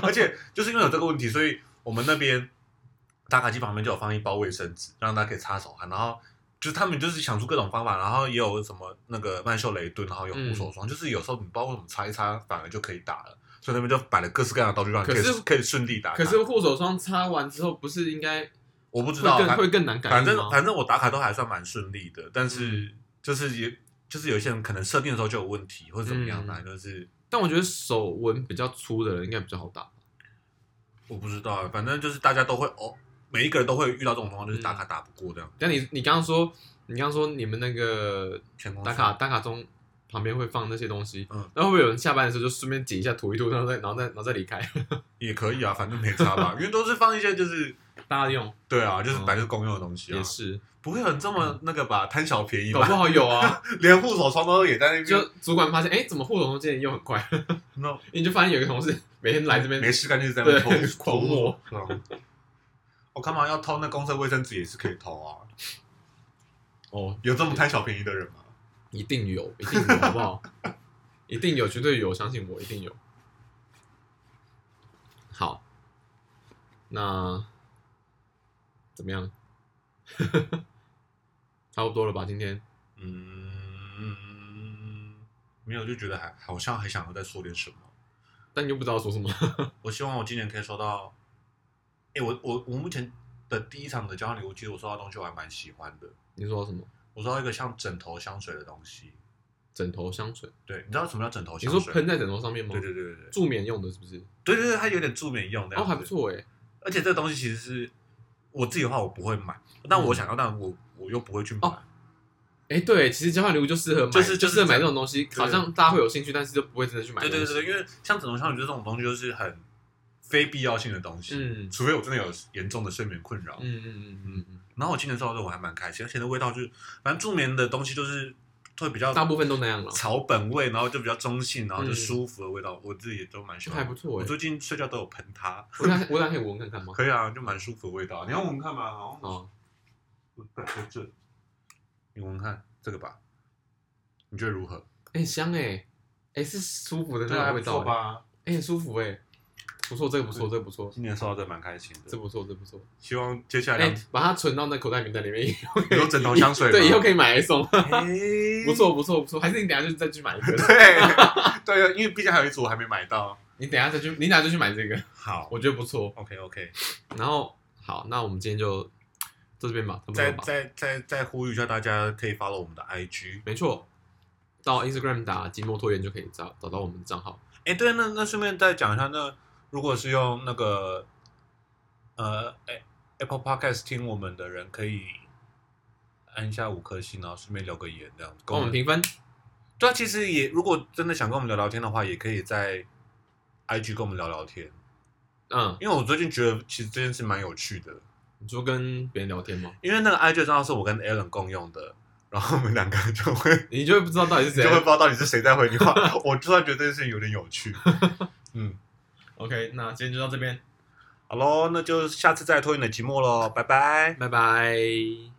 Speaker 2: 而且就是因为有这个问题，所以我们那边打卡机旁边就有放一包卫生纸，让大家可以擦手汗，然后。就是他们就是想出各种方法，然后也有什么那个曼秀雷敦，然后有护
Speaker 1: 嗯
Speaker 2: 手霜，就是有时候你包括什么擦一擦，反而就可以打了，所以那边就摆了各式各样的道具，让你可以
Speaker 1: 可是
Speaker 2: 可以顺利打卡。
Speaker 1: 可是护手霜擦完之后，不是应该
Speaker 2: 我不知道，
Speaker 1: 会
Speaker 2: 反
Speaker 1: 更会更难感
Speaker 2: 反
Speaker 1: 应
Speaker 2: 正
Speaker 1: 吗？嗯
Speaker 2: 反正我打卡都还算蛮顺利的，但是就是也就是有一些人可能设定的时候就有问题，或者怎么样的、
Speaker 1: 嗯
Speaker 2: 就是
Speaker 1: 但我觉得手纹比较粗的人应该比较好打。
Speaker 2: 我不知道啊，反正就是大家都会哦，每一个人都会遇到这种情况，就是打卡打不过这样，
Speaker 1: 但你你刚刚说，你刚刚说你们那个
Speaker 2: 全公司
Speaker 1: 打卡打卡钟旁边会放那些东西，
Speaker 2: 嗯
Speaker 1: 那会不会有人下班的时候就顺便捡一下涂一涂，然后再然后再然后再离开，
Speaker 2: 也可以啊，反正没差吧，因为都是放一些就是
Speaker 1: 大家用
Speaker 2: 对啊，就是
Speaker 1: 嗯
Speaker 2: 本来就是公用的东西啊
Speaker 1: 也，是，
Speaker 2: 不会有人这么那个吧，贪小便宜
Speaker 1: 搞不
Speaker 2: 吧，
Speaker 1: 好有 啊，
Speaker 2: 连护手霜都也在那边，
Speaker 1: 就主管发现，哎、怎么护手霜今天用很快，
Speaker 2: 那
Speaker 1: 你就发现有个同事每天来这边
Speaker 2: 没事干就是在那
Speaker 1: 对
Speaker 2: 边偷
Speaker 1: 狂抹，
Speaker 2: 偷对啊我干嘛要偷那公司的卫生纸也是可以偷啊？
Speaker 1: 哦，
Speaker 2: 有这么贪小便宜的人吗？
Speaker 1: 一定有，一定有，好不好？一定有，绝对有，相信我，一定有。好，那怎么样？ 差不多了吧？今天
Speaker 2: 嗯，没有，就觉得还好像还想要再说点什么。
Speaker 1: 但你又不知道说什么。
Speaker 2: 我希望我今年可以收到，哎、我我我目前的第一场的交换礼物，其实我收到的东西我还蛮喜欢的。
Speaker 1: 你说什么？
Speaker 2: 我收到一个像枕头香水的东西，
Speaker 1: 枕头香水？
Speaker 2: 对，你知道什么叫枕头
Speaker 1: 你
Speaker 2: 香
Speaker 1: 说
Speaker 2: 水？
Speaker 1: 喷在枕头上面吗？
Speaker 2: 对对对对对，
Speaker 1: 助眠用的是不是？
Speaker 2: 对对对，啊它有点助眠用的，
Speaker 1: 哦，还不。错哎。
Speaker 2: 而且这个东西其实是我自己的话，我不会买，但我想要，但我我又不会去买。
Speaker 1: 哦哎，对，其实交换礼物就适合买，
Speaker 2: 就是
Speaker 1: 就
Speaker 2: 就是
Speaker 1: 适合买这种东西，
Speaker 2: 对
Speaker 1: 好像大家会有兴趣，但是就不会真的去买。
Speaker 2: 对对对对，因为像枕头香水这种东西，就是很非必要性的东西。
Speaker 1: 嗯
Speaker 2: 除非我真的有严重的睡眠困扰，
Speaker 1: 嗯嗯嗯嗯嗯
Speaker 2: 然后我今年收到的我还蛮开心，而且那味道就是，反正助眠的东西就是会比较
Speaker 1: 嗯，大部分都那样了，
Speaker 2: 草本味，然后就比较中性，然后就舒服的味道，我自己也都蛮喜
Speaker 1: 就
Speaker 2: 欢
Speaker 1: 还
Speaker 2: 的。
Speaker 1: 不错
Speaker 2: 我
Speaker 1: 哎。
Speaker 2: 最近睡觉都有喷它，
Speaker 1: 我俩我俩可以闻看看吗？
Speaker 2: 可以啊，就蛮舒服的味道。你要闻看吗？好像
Speaker 1: 哦，
Speaker 2: 我摆在这，你闻看这个吧，你觉得如何？
Speaker 1: 哎、很香哎、欸，哎、是舒服的
Speaker 2: 对
Speaker 1: 那
Speaker 2: 啊，
Speaker 1: 种
Speaker 2: 不
Speaker 1: 味道、
Speaker 2: 错
Speaker 1: 欸，
Speaker 2: 吧？
Speaker 1: 哎、很舒服哎、不错，这个不错，这个不错，
Speaker 2: 今年收到的蛮开心
Speaker 1: 这
Speaker 2: 的，
Speaker 1: 不错，这不错，
Speaker 2: 希望接下来
Speaker 1: 哎、
Speaker 2: 两
Speaker 1: 把它存到那口袋名单里面，
Speaker 2: 有枕头香水 吗
Speaker 1: 对，以后可以买来送，
Speaker 2: 哎
Speaker 1: 不错不错不错，还是你等一下就再去买一个，
Speaker 2: 对对，因为毕竟还有一组我还没买到。
Speaker 1: 你等一下再去，你等一下就去买这 个，
Speaker 2: 好
Speaker 1: 我觉得不错。
Speaker 2: ，OK OK，
Speaker 1: 然后好，那我们今天就嗯到这边吧，差不多
Speaker 2: 再
Speaker 1: 吧，
Speaker 2: 再再再呼吁一下大家，可以 follow 我们的 IG。
Speaker 1: 没错，到 Instagram 打“寂寞拖延”就可以找找到我们的账号。
Speaker 2: 哎，对，那那顺便再讲一下，那如果是用那个呃，A- Apple Podcast 听我们的人，可以按一下五颗星，然后顺便留个言，这样
Speaker 1: 帮我们。评分，
Speaker 2: 对啊，其实也如果真的想跟我们聊聊天的话，也可以在 IG 跟我们聊聊天，
Speaker 1: 嗯，
Speaker 2: 因为我最近觉得其实这件事蛮有趣的，
Speaker 1: 你说跟别人聊天吗？
Speaker 2: 因为那个 IG 账号是我跟 Alan 共用的，然后我们两个就会
Speaker 1: 你就会不知道到底是
Speaker 2: 你
Speaker 1: 谁
Speaker 2: 就会不知道到底是谁在回你话。 我突然觉得这件事情有点有趣。嗯，
Speaker 1: OK，那今天就到这边，
Speaker 2: 好喽，那就下次再拖你的寂寞喽，拜拜。
Speaker 1: 拜拜。